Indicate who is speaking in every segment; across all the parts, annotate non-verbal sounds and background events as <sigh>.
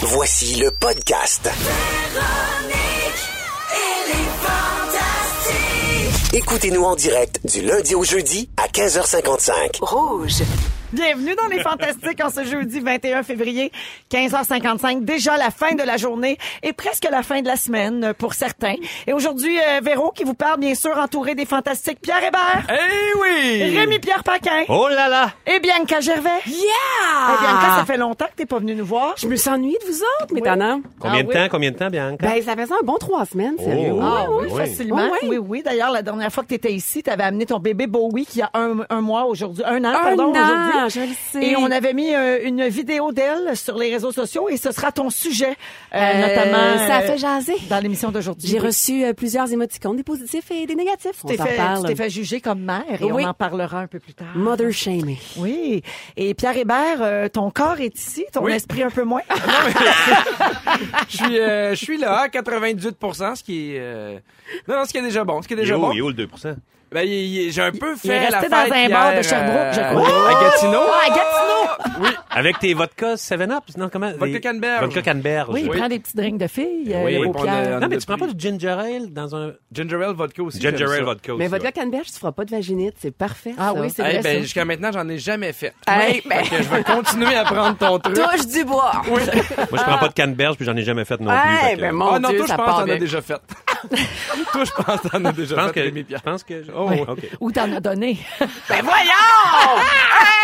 Speaker 1: Voici le podcast. Écoutez-nous en direct du lundi au jeudi à 15h55.
Speaker 2: Rouge.
Speaker 3: Bienvenue dans les Fantastiques en ce jeudi 21 février, 15h55. Déjà la fin de la journée et presque la fin de la semaine euh, pour certains. Et aujourd'hui, euh, Véro qui vous parle, bien sûr, entouré des Fantastiques Pierre Hébert,
Speaker 4: Eh oui!
Speaker 3: Rémi-Pierre Paquin
Speaker 4: Oh là là!
Speaker 3: et Bianca Gervais.
Speaker 2: Yeah!
Speaker 3: Eh, Bianca, ça fait longtemps que t'es pas venue nous voir.
Speaker 2: Je me suis ennuyée de vous autres, mes tannants.
Speaker 4: Combien
Speaker 3: Ah
Speaker 4: de
Speaker 3: oui.
Speaker 4: temps? Combien de temps, Bianca?
Speaker 2: Ben, ça faisait un bon trois semaines, sérieux.
Speaker 4: Oh.
Speaker 3: Ah oui,
Speaker 4: oui, oui.
Speaker 3: facilement.
Speaker 2: Oui,
Speaker 3: Oui,
Speaker 2: oui.
Speaker 3: oui. D'ailleurs, la dernière fois que tu étais ici, tu avais amené ton bébé Bowie qui a un, un mois aujourd'hui, un an,
Speaker 2: Un
Speaker 3: pardon,
Speaker 2: an,
Speaker 3: aujourd'hui.
Speaker 2: je le sais.
Speaker 3: Et on avait mis euh, une vidéo d'elle sur les réseaux sociaux et ce sera ton sujet, euh,
Speaker 2: Euh,
Speaker 3: notamment.
Speaker 2: ça a
Speaker 3: euh,
Speaker 2: fait jaser.
Speaker 3: Dans l'émission d'aujourd'hui.
Speaker 2: J'ai reçu euh, plusieurs émoticônes, des positifs et des négatifs. On
Speaker 3: Tu t'es
Speaker 2: s'en
Speaker 3: fait, tu
Speaker 2: parle.
Speaker 3: t'es fait juger comme mère et
Speaker 2: Oui.
Speaker 3: on en parlera un peu plus tard.
Speaker 2: Mother shaming.
Speaker 3: Oui. Et Pierre Hébert, euh, ton corps est ici, ton esprit un peu
Speaker 5: <laughs>
Speaker 3: moins.
Speaker 5: Je suis, euh, je suis là, à 98 ce qui est... euh, Non, non, ce qui est déjà bon, ce qui est déjà
Speaker 4: Yo,
Speaker 5: bon.
Speaker 4: yo, le 2%.
Speaker 5: Ben, il- il- j'ai un peu fait
Speaker 3: resté
Speaker 5: la fête
Speaker 3: dans un
Speaker 5: hier,
Speaker 3: bar de Sherbrooke, je crois.
Speaker 5: euh, À Gatineau.
Speaker 3: Ah, à Gatineau!
Speaker 5: Oui,
Speaker 4: Avec tes vodkas 7-Up? Non, comment?
Speaker 5: Vodka
Speaker 4: Les-
Speaker 5: canneberge.
Speaker 4: Vodka canneberge.
Speaker 3: Oui, il
Speaker 5: Oui.
Speaker 3: prend des petits drinks de filles,
Speaker 5: Oui,
Speaker 3: euh,
Speaker 5: oui,
Speaker 3: au
Speaker 5: puis on
Speaker 3: Pierre.
Speaker 5: a-
Speaker 4: Non, mais tu prends pas du ginger ale dans un...
Speaker 5: Ginger Ale, vodka aussi.
Speaker 4: Ginger
Speaker 5: j'aime
Speaker 4: ale
Speaker 5: Oh, ça.
Speaker 4: vodka aussi.
Speaker 2: Mais votre gars Canberge, tu feras pas de vaginite. C'est parfait.
Speaker 3: Ah
Speaker 2: ça.
Speaker 3: oui, c'est
Speaker 5: Eh
Speaker 3: vrai.
Speaker 5: ben,
Speaker 3: ça.
Speaker 5: jusqu'à maintenant, j'en ai jamais fait.
Speaker 2: Hey, ben-
Speaker 5: Fait que je vais continuer à prendre ton truc.
Speaker 2: Touche du bois.
Speaker 5: Oui.
Speaker 4: ouais. Moi, je prends pas de canneberge, puis j'en ai jamais fait non plus.
Speaker 2: Ouais,
Speaker 4: fait que-
Speaker 2: ben mon
Speaker 5: Ah non,
Speaker 2: Dieu,
Speaker 5: toi, je
Speaker 2: ça
Speaker 5: pense
Speaker 2: part
Speaker 5: que t'en as
Speaker 2: bien.
Speaker 5: déjà
Speaker 3: <laughs>
Speaker 5: fait. toi, je pense que t'en as déjà
Speaker 4: Je pense
Speaker 5: fait, Rémi
Speaker 4: que... Je
Speaker 5: Pierre.
Speaker 4: pense que...
Speaker 5: Oh, oui.
Speaker 4: OK.
Speaker 3: Ou t'en as
Speaker 2: <laughs>
Speaker 3: donné.
Speaker 2: Ben voyons!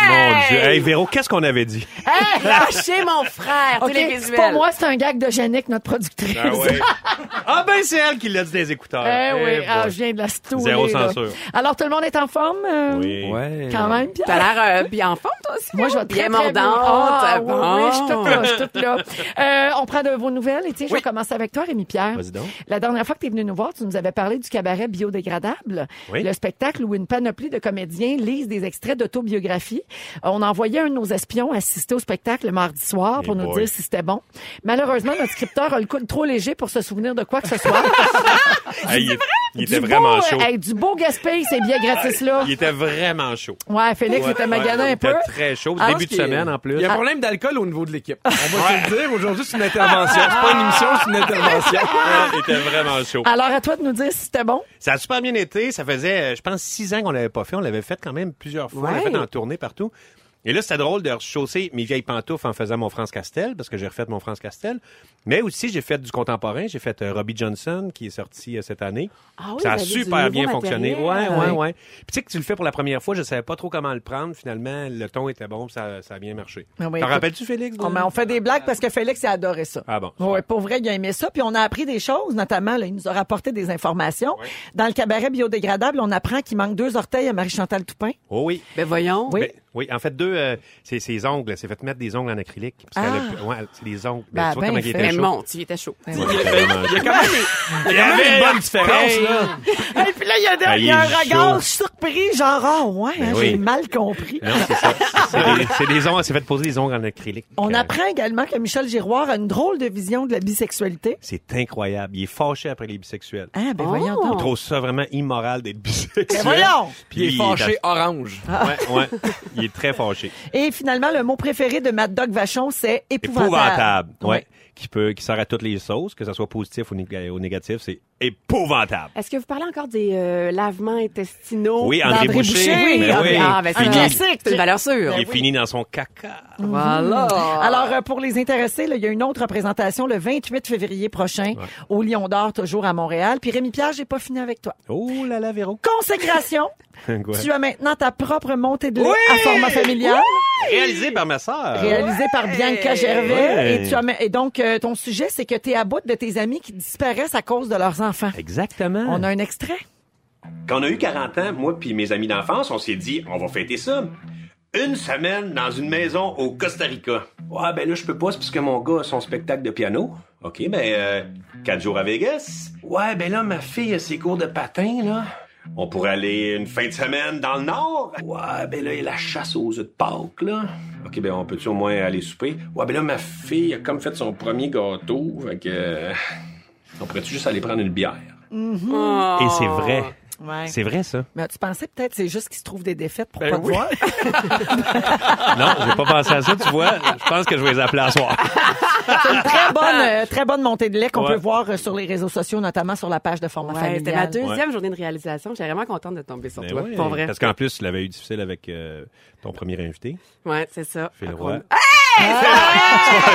Speaker 4: Mon Dieu. Hey, Véro, qu'est-ce qu'on avait dit?
Speaker 2: Hey, lâchez mon frère,
Speaker 3: Ok,
Speaker 2: télévisuel.
Speaker 3: Pour moi, c'est un gag de Yannick, notre productrice.
Speaker 5: Ben
Speaker 4: <laughs> ah ben, c'est elle qui l'a dit des écouteurs.
Speaker 3: Eh oui,
Speaker 4: Eh,
Speaker 3: ah,
Speaker 4: boy.
Speaker 3: je viens de la stouler,
Speaker 4: Zéro
Speaker 3: là.
Speaker 4: censure.
Speaker 3: Alors, tout le monde est en forme? euh,
Speaker 4: Oui.
Speaker 5: Ouais.
Speaker 3: Quand même, Pierre?
Speaker 2: T'as l'air euh, bien en forme, toi aussi.
Speaker 3: Moi, je vais
Speaker 2: vais
Speaker 3: très, très
Speaker 2: bien mordante.
Speaker 3: Ah, oui, oui,
Speaker 2: bon.
Speaker 3: je suis toute là, je suis toute
Speaker 2: <laughs>
Speaker 3: là. Euh, on prend de vos nouvelles. Et tiens, je vais commencer avec toi, Rémi-Pierre.
Speaker 4: Vas-y donc.
Speaker 3: La dernière fois que tu es venu nous voir, tu nous avais parlé du cabaret biodégradable.
Speaker 4: Oui.
Speaker 3: Le spectacle où une panoplie de comédiens lisent des extraits d'autobiographies. Euh, On a envoyé un de nos espions assister au spectacle le mardi soir pour
Speaker 4: Hey
Speaker 3: nous
Speaker 4: boy.
Speaker 3: dire si c'était bon. Malheureusement, notre scripteur a le coude trop léger pour se souvenir de quoi que ce
Speaker 4: <laughs>
Speaker 3: soit.
Speaker 4: Hey, il, il
Speaker 3: Du
Speaker 4: était
Speaker 3: beau,
Speaker 4: vraiment
Speaker 3: euh,
Speaker 4: chaud.
Speaker 3: hey, du beau gaspille, ces billets gratis-là.
Speaker 4: Il était vraiment chaud.
Speaker 3: Ouais, Félix
Speaker 4: Ouais,
Speaker 3: était magané
Speaker 4: ouais,
Speaker 3: un peu.
Speaker 4: Il était très chaud.
Speaker 3: Ah,
Speaker 5: Je pense
Speaker 4: Début de
Speaker 5: qu'il y a-
Speaker 4: semaine, en plus. Ah.
Speaker 5: Il y a un problème d'alcool au niveau de l'équipe. On va se le dire. Aujourd'hui, c'est une intervention. C'est pas une émission, c'est une intervention.
Speaker 4: <laughs> Ouais, il était vraiment chaud.
Speaker 3: Alors, à toi de nous dire si c'était bon.
Speaker 4: Ça a super bien été. Ça faisait, euh, je pense, six ans qu'on l'avait pas fait. On l'avait fait quand même plusieurs fois. On
Speaker 2: Ouais.
Speaker 4: l'avait fait en tournée partout. Et là, c'était drôle de rechausser mes vieilles pantoufles en faisant mon France Castel, parce que j'ai refait mon France Castel. Mais aussi, j'ai fait du contemporain. J'ai fait euh, Robbie Johnson, qui est sorti euh, cette année.
Speaker 2: Ah oui,
Speaker 4: ça a
Speaker 2: vous aviez du
Speaker 4: super
Speaker 2: nouveau
Speaker 4: bien fonctionné. Ouais, ouais,
Speaker 2: matériel.
Speaker 4: ouais. Puis tu sais que tu le fais pour la première fois, je savais pas trop comment le prendre. Finalement, le ton était bon, puis ça, ça a bien marché.
Speaker 3: Ah oui,
Speaker 4: T'en
Speaker 3: écoute.
Speaker 4: rappelles-tu, Félix? de-
Speaker 3: Oh, mais on fait des blagues parce que Félix a adoré ça.
Speaker 4: Ah bon.
Speaker 3: Ouais, pour vrai, il a aimé ça. Puis on a appris des choses, notamment, là, il nous a rapporté des informations. Dans le cabaret biodégradable, on apprend qu'il manque deux orteils à Marie-Chantal Toupin.
Speaker 4: Oh oui.
Speaker 2: Ben voyons.
Speaker 3: Oui.
Speaker 4: Ben, oui, en fait, deux, euh, c'est ses ongles. Elle s'est fait mettre des ongles en acrylique. Parce qu'elle a pu- ouais, c'est des ongles.
Speaker 3: Ben,
Speaker 4: Mais tu vois
Speaker 3: Ah. ben
Speaker 4: comment il
Speaker 3: fait.
Speaker 4: était
Speaker 2: Mais
Speaker 4: chaud.
Speaker 2: mon Dieu, il était chaud.
Speaker 4: Ouais, il était vraiment chaud.
Speaker 5: Il y a quand même une- il y a quand même une bonne différence, là.
Speaker 3: Et puis là, il y a,
Speaker 4: Ah, il
Speaker 3: il y a un
Speaker 4: est chaud.
Speaker 3: regard surpris, genre, ah ouais, hein,
Speaker 4: Ben
Speaker 3: j'ai
Speaker 4: oui.
Speaker 3: mal compris.
Speaker 4: Non, c'est ça. C'est des- C'est des ongles. Elle s'est fait poser des ongles en acrylique.
Speaker 3: On
Speaker 4: Euh,
Speaker 3: apprend également que Michel Giroir a une drôle de vision de la bisexualité.
Speaker 4: C'est incroyable. Il est fâché après les bisexuels.
Speaker 3: Ah, ben
Speaker 2: Oh.
Speaker 3: voyons donc.
Speaker 4: Il trouve ça vraiment immoral d'être bisexuel.
Speaker 3: Ben voyons!
Speaker 4: Puis
Speaker 5: Il est fâché
Speaker 4: à-
Speaker 5: orange.
Speaker 4: Ouais, ouais. Il est très
Speaker 3: <laughs>
Speaker 4: fâché.
Speaker 3: Et finalement, le mot préféré de Mad Dog Vachon, c'est épouvantable.
Speaker 4: Épouvantable. Ouais.
Speaker 3: Ouais.
Speaker 4: Qui peut, qui sert à toutes les sauces, que ça soit positif ou, nég- ou négatif, c'est épouvantable.
Speaker 2: Est-ce que vous parlez encore des euh, lavements intestinaux?
Speaker 4: Oui,
Speaker 3: André
Speaker 4: André Boucher.
Speaker 3: Boucher.
Speaker 4: mais
Speaker 2: ah,
Speaker 4: oui.
Speaker 2: ben, ah, ben, c'est un
Speaker 4: Fini.
Speaker 2: classique, c'est une valeur sûre.
Speaker 4: Il est fini dans son caca.
Speaker 2: Voilà.
Speaker 3: Alors, euh, pour les intéressés, là, il y a une autre représentation le 28 février prochain au Lion d'Or, toujours à Montréal. Puis Rémi-Pierre, j'ai pas fini avec toi.
Speaker 4: Oh là là, Véro. <laughs>
Speaker 3: Consécration.
Speaker 4: Quoi?
Speaker 3: Tu as maintenant ta propre montée de lait à format familial,
Speaker 4: Réalisé par ma sœur.
Speaker 3: réalisée par Bianca Gervais.
Speaker 4: Ouais.
Speaker 3: Et, tu as ma- et donc, euh, ton sujet, c'est que tu es à bout de tes amis qui disparaissent à cause de leurs enfants.
Speaker 4: Exactement.
Speaker 3: On a un extrait.
Speaker 4: Quand on a eu 40 ans, moi puis mes amis d'enfance, on s'est dit, on va fêter ça. une semaine dans une maison au Costa Rica.
Speaker 6: Ouais, ben là, je peux pas, c'est parce que mon gars a son spectacle de piano.
Speaker 4: OK, mais euh, quatre jours à Vegas.
Speaker 6: Ouais, ben là, ma fille a ses cours de patin, là.
Speaker 4: On pourrait aller une fin de semaine dans le Nord.
Speaker 6: Ouais, ben là, il y a la chasse aux œufs de Pâques, là. OK, ben on peut-tu au moins aller souper? Ouais, ben là, ma fille a comme fait son premier gâteau, fait que... euh, On pourrait-tu juste aller prendre une bière?
Speaker 4: Et c'est vrai.
Speaker 3: Ouais.
Speaker 4: C'est vrai, ça.
Speaker 3: Mais tu pensais peut-être c'est juste qu'il se trouve des défaites pour
Speaker 5: Ben
Speaker 3: pas te
Speaker 5: oui.
Speaker 3: voir.
Speaker 4: <laughs> Non, j'ai pas pensé à ça, tu vois. Je pense que je vais les appeler à soir.
Speaker 3: C'est une très bonne,
Speaker 2: Ah,
Speaker 3: euh, très bonne montée de lait qu'on
Speaker 4: Ouais.
Speaker 3: peut voir euh, sur les réseaux sociaux, notamment sur la page de format
Speaker 2: Ouais, c'était ma
Speaker 3: familial.
Speaker 2: deuxième journée de réalisation. J'étais vraiment contente de tomber sur
Speaker 4: Ben
Speaker 2: toi.
Speaker 4: ouais,
Speaker 2: Pour vrai.
Speaker 4: Parce qu'en plus, tu l'avais eu difficile avec euh, ton premier invité,
Speaker 2: Ouais, c'est ça. Ah,
Speaker 4: Phil
Speaker 3: Ah,
Speaker 2: Fait
Speaker 4: Roy.
Speaker 2: qu'on-
Speaker 3: <laughs>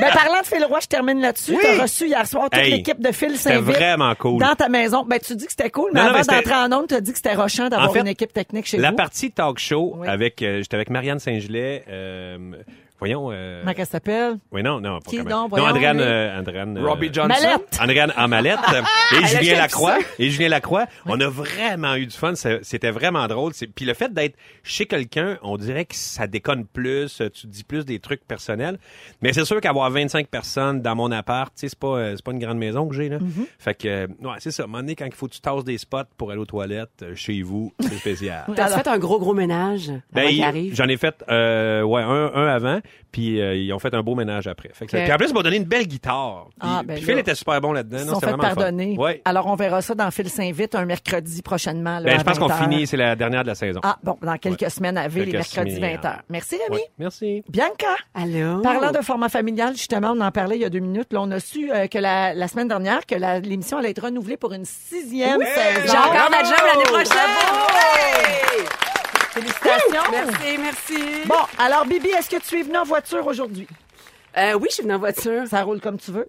Speaker 3: Ben, parlant de Phil Roy, je termine là-dessus.
Speaker 4: Oui.
Speaker 3: T'as reçu hier soir toute
Speaker 4: Hey,
Speaker 3: l'équipe de Phil
Speaker 4: C'était
Speaker 3: saint
Speaker 4: vraiment cool.
Speaker 3: dans ta maison. Ben, tu dis que c'était cool, mais
Speaker 4: Non, non,
Speaker 3: avant
Speaker 4: mais c'était-
Speaker 3: d'entrer en onde, tu as dit que c'était rochant d'avoir
Speaker 4: En fait,
Speaker 3: une équipe technique chez
Speaker 4: La
Speaker 3: vous.
Speaker 4: partie talk show,
Speaker 3: Oui.
Speaker 4: avec, euh, j'étais avec Marianne Saint-Gelais. euh, voyons. euh,
Speaker 3: Comment elle s'appelle?
Speaker 4: oui, non, non. Pas
Speaker 3: Qui
Speaker 4: comment-
Speaker 3: donc,
Speaker 4: non,
Speaker 3: voyons,
Speaker 4: Andréane.
Speaker 3: lui.
Speaker 4: euh, Andréane, euh,
Speaker 5: Robbie Johnson.
Speaker 3: Mallette!
Speaker 4: Andréane en mallette et Julien
Speaker 2: acheté
Speaker 4: Lacroix. Et Julien Lacroix, on a vraiment eu du fun. c'est- C'était vraiment drôle. C'est- Puis le fait d'être chez quelqu'un, on dirait que ça déconne plus. euh, Tu dis plus des trucs personnels. Mais c'est sûr qu'avoir 25 personnes dans mon appart, tu sais, c'est pas, euh, c'est pas une grande maison que j'ai. là. Fait que, euh, ouais, c'est ça. À un moment donné, quand il faut que tu tasses des spots pour aller aux toilettes, euh, chez vous, c'est spécial.
Speaker 2: T'as fait un gros, gros ménage
Speaker 4: Ben,
Speaker 2: avant qu'il
Speaker 4: il-
Speaker 2: arrive.
Speaker 4: j'en ai fait euh, ouais, un, un avant, puis euh, ils ont fait un beau ménage après. Fait que ça-
Speaker 2: Ok.
Speaker 4: Puis en plus, ils m'ont donné une belle guitare. Puis,
Speaker 3: Ah, ben
Speaker 4: puis Phil
Speaker 3: là,
Speaker 4: était super bon là-dedans.
Speaker 3: Ils se
Speaker 4: non,
Speaker 3: sont
Speaker 4: c'était
Speaker 3: fait
Speaker 4: vraiment le fun.
Speaker 3: pardonner.
Speaker 4: Ouais.
Speaker 3: Alors, on verra ça dans Phil Saint-Vite un mercredi prochainement. là,
Speaker 4: Ben,
Speaker 3: à
Speaker 4: je pense qu'on
Speaker 3: 20 heures.
Speaker 4: finit, c'est la dernière de la saison.
Speaker 3: Ah, bon, dans quelques semaines à V, les
Speaker 4: Quelques
Speaker 3: mercredis
Speaker 4: semaines.
Speaker 3: 20h. Merci, Rémi.
Speaker 4: Ouais. Merci.
Speaker 3: Bianca!
Speaker 2: Allô?
Speaker 3: Parlant de format familial, justement, on en parlait il y a deux minutes. Là, on a su euh, que la, la semaine dernière que la- l'émission allait être renouvelée pour une sixième saison.
Speaker 2: J'ai encore ma job l'année prochaine!
Speaker 3: Félicitations.
Speaker 2: Merci, merci.
Speaker 3: Bon, alors Bibi, est-ce que tu es venue en voiture aujourd'hui?
Speaker 2: Euh, oui, je suis venue en voiture.
Speaker 3: Ça roule comme tu veux.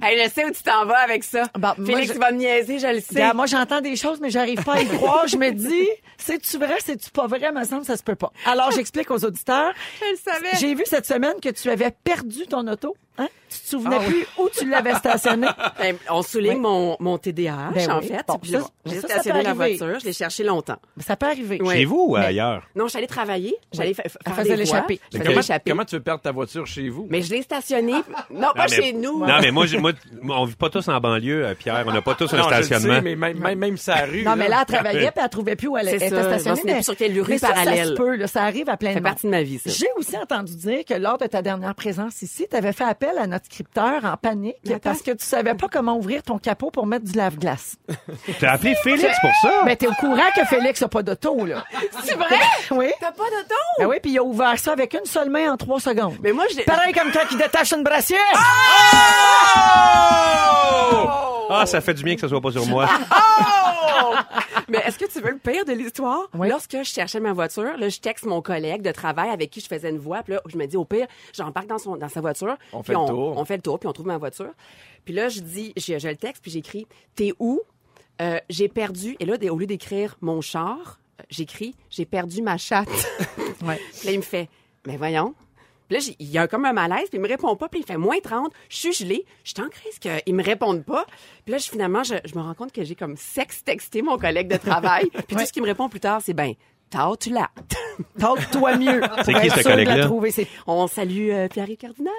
Speaker 2: Hey, je sais où tu t'en vas avec ça.
Speaker 3: Bon,
Speaker 4: Bah,
Speaker 3: moi,
Speaker 2: Félix,
Speaker 3: je-
Speaker 2: tu vas me niaiser, je le sais.
Speaker 3: Regarde, moi, j'entends des choses, mais j'arrive pas à
Speaker 2: <laughs>
Speaker 3: y croire. Je me dis, c'est-tu vrai, c'est-tu pas vrai? Me semble, ça se peut pas. Alors, j'explique aux auditeurs.
Speaker 2: Je le savais.
Speaker 3: J'ai vu cette semaine que tu avais perdu ton auto. Hein? Tu te souvenais
Speaker 2: Ah
Speaker 3: plus où tu l'avais
Speaker 2: <laughs>
Speaker 3: stationnée.
Speaker 2: Ben, on souligne
Speaker 3: Oui.
Speaker 2: mon, mon TDAH,
Speaker 3: Ben
Speaker 2: en
Speaker 3: oui.
Speaker 2: fait.
Speaker 3: Bon,
Speaker 2: Puis
Speaker 3: ça,
Speaker 2: bon,
Speaker 3: ça,
Speaker 2: J'ai
Speaker 3: ça
Speaker 2: stationné
Speaker 3: peut
Speaker 2: la
Speaker 3: arriver.
Speaker 2: voiture, je l'ai cherché longtemps.
Speaker 3: Ça peut arriver.
Speaker 2: Ouais.
Speaker 4: Chez vous ou ailleurs?
Speaker 2: Non, je suis allée travailler, j'allais fa- fa- faire
Speaker 3: faisait
Speaker 2: des
Speaker 3: l'échappée.
Speaker 2: voix,
Speaker 4: Mais
Speaker 2: Je faisais
Speaker 4: comment-
Speaker 2: l'échappée.
Speaker 5: Comment tu veux perdre ta voiture chez vous?
Speaker 2: Mais je l'ai stationné. Non, pas
Speaker 4: Ah, mais-
Speaker 2: chez nous.
Speaker 4: Non, mais moi, j'ai- moi, on vit pas tous en banlieue, euh, Pierre. On n'a pas tous un
Speaker 5: Non, je le sais,
Speaker 4: stationnement.
Speaker 5: mais même, même, même sa rue.
Speaker 3: Non, mais là, elle travaillait puis elle trouvait plus où elle
Speaker 2: C'est
Speaker 3: était
Speaker 2: ça.
Speaker 3: stationnée.
Speaker 2: On se met
Speaker 3: mais-
Speaker 2: plus sur quelle rue
Speaker 3: mais ça, Ça,
Speaker 2: parallèle.
Speaker 3: se peut, là, ça arrive à plein de
Speaker 2: Ça fait
Speaker 3: monde.
Speaker 2: partie de ma vie, ça.
Speaker 3: J'ai aussi entendu dire que lors de ta dernière présence ici, tu avais fait appel à notre scripteur en panique
Speaker 2: Mais attends.
Speaker 3: parce que tu savais pas comment ouvrir ton capot pour mettre du lave-glace.
Speaker 4: T'as appelé Félix pour ça?
Speaker 3: Mais t'es au courant que Félix a pas d'auto, là.
Speaker 2: Ah. C'est vrai?
Speaker 3: Oui.
Speaker 2: T'as pas d'auto?
Speaker 3: Ben oui, puis il a ouvert ça avec une seule main en trois secondes.
Speaker 2: Mais moi, je l'ai... Ah!
Speaker 3: Pareil comme toi qui détache une brassière.
Speaker 4: Oh! Ah, ça fait du bien que ça soit pas sur moi.
Speaker 2: Oh! <laughs> Mais est-ce que tu veux le pire de l'histoire?
Speaker 3: Oui.
Speaker 2: Lorsque je cherchais ma voiture, là, je texte mon collègue de travail avec qui je faisais une voix. Puis là, je me dis, au pire, j'embarque dans, son, dans sa voiture.
Speaker 5: On
Speaker 2: puis
Speaker 5: fait le tour.
Speaker 2: On fait le tour, puis on trouve ma voiture. Puis là, je dis, je, je le texte, puis j'écris, t'es où? Euh, j'ai perdu. Et là, des- au lieu d'écrire mon char, euh, j'écris, j'ai perdu ma chatte.
Speaker 3: Ouais.
Speaker 2: Puis là, il me fait, mais voyons. Puis là, j'ai- il y a comme un malaise, puis il me répond pas, puis il fait moins 30, je suis gelée, je suis en crise qu'il me répondent pas. Puis là, je, finalement, je, je me rends compte que j'ai comme sex-texté mon collègue de
Speaker 3: <laughs>
Speaker 2: travail, puis tout ce qu'il me répond plus tard, c'est ben, tard, tu l'as.
Speaker 3: Tente-toi mieux.
Speaker 4: C'est
Speaker 3: Pour
Speaker 4: qui,
Speaker 3: être
Speaker 4: ce
Speaker 3: sûr de la
Speaker 4: collègue-là?
Speaker 3: trouver. C'est
Speaker 2: On salue euh, Pierre-Yves Cardinal.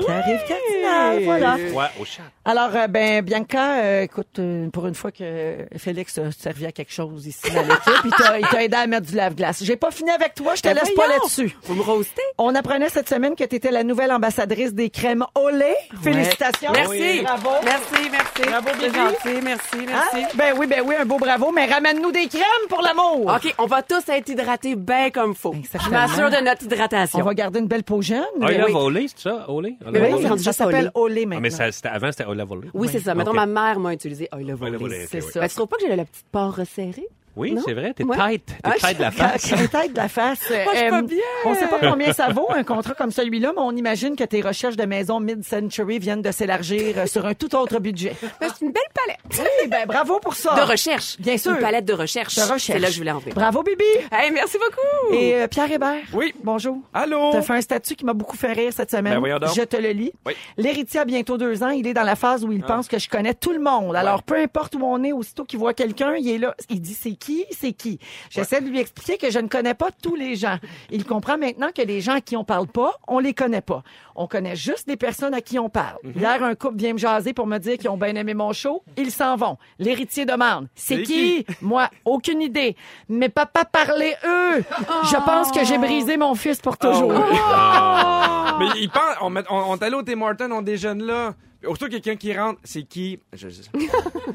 Speaker 3: Pierre-Yves Cardinal, voilà.
Speaker 4: Ouais, au chat.
Speaker 3: Alors, euh, ben, Bianca, euh, écoute, euh, pour une fois que euh, Félix a servi à quelque chose ici dans l'équipe, il t'a- il t'a aidé à mettre du lave-glace. J'ai pas fini avec toi, je te
Speaker 2: Ben
Speaker 3: laisse pas
Speaker 2: voyons,
Speaker 3: là-dessus.
Speaker 2: Vous me roastez?
Speaker 3: On apprenait cette semaine que tu étais la nouvelle ambassadrice des crèmes Olay. Félicitations.
Speaker 2: Merci.
Speaker 3: Bravo.
Speaker 2: Merci, merci.
Speaker 3: Bravo,
Speaker 2: C'est
Speaker 3: Bibi.
Speaker 2: gentil, merci,
Speaker 3: Hein?
Speaker 2: merci.
Speaker 3: Ben oui, ben oui, un beau bravo, mais ramène-nous des crèmes pour l'amour.
Speaker 2: OK, on va tous être hydratés bien comme faut. Je
Speaker 3: Ah. Exactement.
Speaker 2: m'assure de notre
Speaker 3: On
Speaker 2: hydratation.
Speaker 3: va garder une belle peau jeune.
Speaker 4: Ah, il a
Speaker 2: oui.
Speaker 4: volé, c'est ça? Olé?
Speaker 2: Mais
Speaker 3: Oui,
Speaker 2: oui, c'est rendu
Speaker 3: ça
Speaker 2: juste Olay.
Speaker 3: s'appelle Olay
Speaker 4: Ah,
Speaker 3: maintenant.
Speaker 4: mais ça, c'était- avant, c'était Ola volé.
Speaker 2: Oui, c'est ça. Mettons,
Speaker 4: Ok.
Speaker 2: ma mère m'a utilisé Oil of
Speaker 4: Oil of Olive,
Speaker 2: C'est
Speaker 4: ok, oui.
Speaker 2: ça. Ben, tu trouves pas que j'ai la petite part resserrée?
Speaker 4: Oui,
Speaker 2: Non?
Speaker 4: c'est vrai. T'es
Speaker 2: Ouais.
Speaker 4: tight. T'es
Speaker 2: Ah,
Speaker 4: tight de la
Speaker 3: Quand-
Speaker 4: face.
Speaker 3: quand la tête de la face.
Speaker 2: <laughs>
Speaker 3: euh,
Speaker 2: Moi, je suis pas bien.
Speaker 3: On sait pas combien ça vaut un contrat comme celui-là, mais on imagine que tes recherches de maison mid-century viennent de s'élargir euh, sur un tout autre budget.
Speaker 2: Ben, c'est une belle <laughs> palette.
Speaker 3: Oui, ben bravo pour ça.
Speaker 2: De recherche.
Speaker 3: Bien sûr.
Speaker 2: Une palette de recherche.
Speaker 3: De recherche.
Speaker 2: C'est là que je voulais en venir.
Speaker 3: Bravo, Bibi.
Speaker 2: Hey, merci beaucoup.
Speaker 3: Et euh, Pierre Hébert.
Speaker 5: Oui.
Speaker 3: Bonjour.
Speaker 5: Allô?
Speaker 3: T'as fait un statut qui m'a beaucoup fait rire cette semaine.
Speaker 5: Ben, voyons donc.
Speaker 3: Je te le lis.
Speaker 5: Oui. Ah.
Speaker 3: L'héritier a bientôt deux ans. Il est dans la phase où il pense que je connais tout le monde. Alors, peu importe où on est, aussitôt qu'il voit quelqu'un, il est là. Il dit c'est qui? qui c'est qui. J'essaie de lui expliquer que je ne connais pas tous les gens. Il comprend maintenant que les gens à qui on parle pas, on les connaît pas. On connaît juste des personnes à qui on parle.
Speaker 5: Mhm.
Speaker 3: Hier, un couple vient me jaser pour me dire qu'ils ont bien aimé mon show. Ils s'en vont. L'héritier demande, c'est
Speaker 5: C'est
Speaker 3: qui? Moi, aucune idée. Mais papa parlait eux. Je pense que j'ai brisé mon fils pour toujours.
Speaker 5: Mais il pense, on, met- on, on est allé au Tim Hortons, on déjeune là. Puis Aussitôt quelqu'un qui rentre, c'est qui? Je sais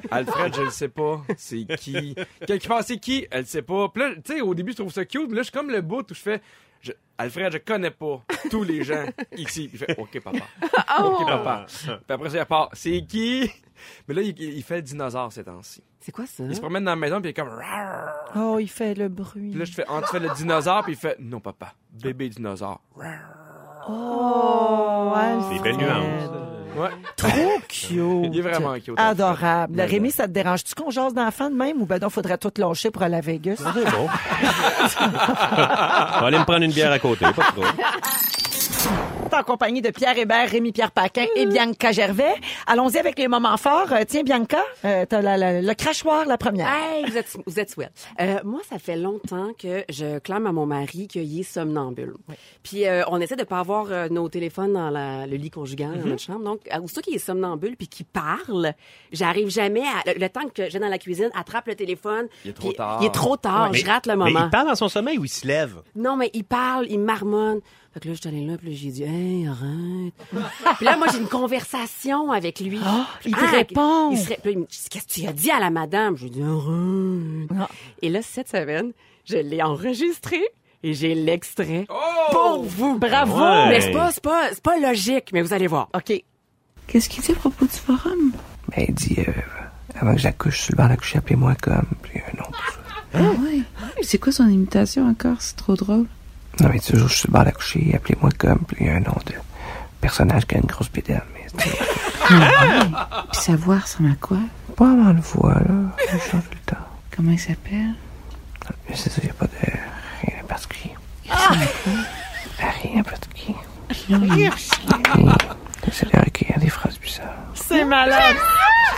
Speaker 5: Alfred, je le sais pas. C'est qui? Quelqu'un qui pense, c'est qui? Elle sait pas. Puis là, tu sais, au début, je trouve ça cute. mais Là, je suis comme le bout où je fais, je- Alfred, je connais pas tous les gens ici. Il fait, OK, papa. OK, papa. Puis après, ça, il part, c'est qui? Mais là, il, il fait le dinosaure ces temps-ci.
Speaker 2: C'est quoi ça?
Speaker 5: Il se promène dans la maison, puis il est comme, Rar!
Speaker 3: Oh, il fait le bruit.
Speaker 5: Puis là, je fais, Ah, tu fais le dinosaure, puis il fait, non, papa, bébé dinosaure.
Speaker 3: Oh,
Speaker 4: Des
Speaker 3: Alfred.
Speaker 4: belles nuances.
Speaker 5: Ouais.
Speaker 3: Trop cute.
Speaker 5: Il est vraiment cute.
Speaker 3: Adorable.
Speaker 5: Ouais.
Speaker 3: Rémi, ça te dérange-tu qu'on jase d'enfant de même ou ben non, faudrait tout lâcher pour aller à Vegas?
Speaker 4: Bon. On va aller me prendre une bière à côté, pas trop.
Speaker 3: T'es en compagnie de Pierre Hébert, Rémi-Pierre Paquin et Bianca Gervais. Allons-y avec les moments forts. Euh, tiens, Bianca, euh, t'as la- la- le crachoir, la première.
Speaker 2: Hey, vous êtes, vous êtes sweat. Euh, moi, ça fait longtemps que je clame à mon mari qu'il est somnambule. Puis euh, on essaie de pas avoir euh, nos téléphones dans la- le lit conjugal
Speaker 5: Mm-hmm.
Speaker 2: dans notre chambre. Donc, euh, aussitôt qu'il est somnambule puis qu'il parle, j'arrive jamais à... Le, le temps que j'ai dans la cuisine, attrape le téléphone.
Speaker 5: Il est trop
Speaker 2: puis
Speaker 5: tard.
Speaker 2: Il est trop tard. Je rate le
Speaker 4: Mais
Speaker 2: moment.
Speaker 4: il parle dans son sommeil ou il se lève?
Speaker 2: Non, mais il parle, il marmonne. Fait que là, je suis allée là, puis là, j'ai dit, hey, arrête. <laughs> puis là, moi, j'ai une conversation avec lui.
Speaker 3: Ah, il te répond.
Speaker 2: Il se ré- puis là, il me dit, qu'est-ce que tu as dit à la madame? Je lui ai dit,
Speaker 3: Ah.
Speaker 2: arrête. Et là, cette semaine, je l'ai enregistré et j'ai l'extrait pour vous.
Speaker 3: Bravo!
Speaker 4: Oh! Ouais. Ah,
Speaker 2: Mais c'est pas, c'est pas, c'est pas logique, mais vous allez voir.
Speaker 3: OK.
Speaker 7: Qu'est-ce qu'il dit à propos du forum?
Speaker 8: Ben, il dit, euh, avant que j'accouche, sur le banc d'accoucher, appelez-moi comme. Puis, euh, non.
Speaker 7: Ah ouais. C'est quoi son imitation encore? C'est trop drôle.
Speaker 8: Non, mais toujours, je suis sur le banc d'accoucher, appelez-moi comme. Puis, un nom de personnage qui a une grosse
Speaker 7: <laughs>
Speaker 8: pédale. Mais c'est
Speaker 7: Puis sa voix ressemble à quoi?
Speaker 8: pas avant le voix, là. Il change tout le temps.
Speaker 7: Comment il s'appelle?
Speaker 8: Mais c'est ça, il n'y a pas de. Rien de particulier. Rien de particulier. Et C'est là qu'il y a des phrases bizarres.
Speaker 3: C'est malade.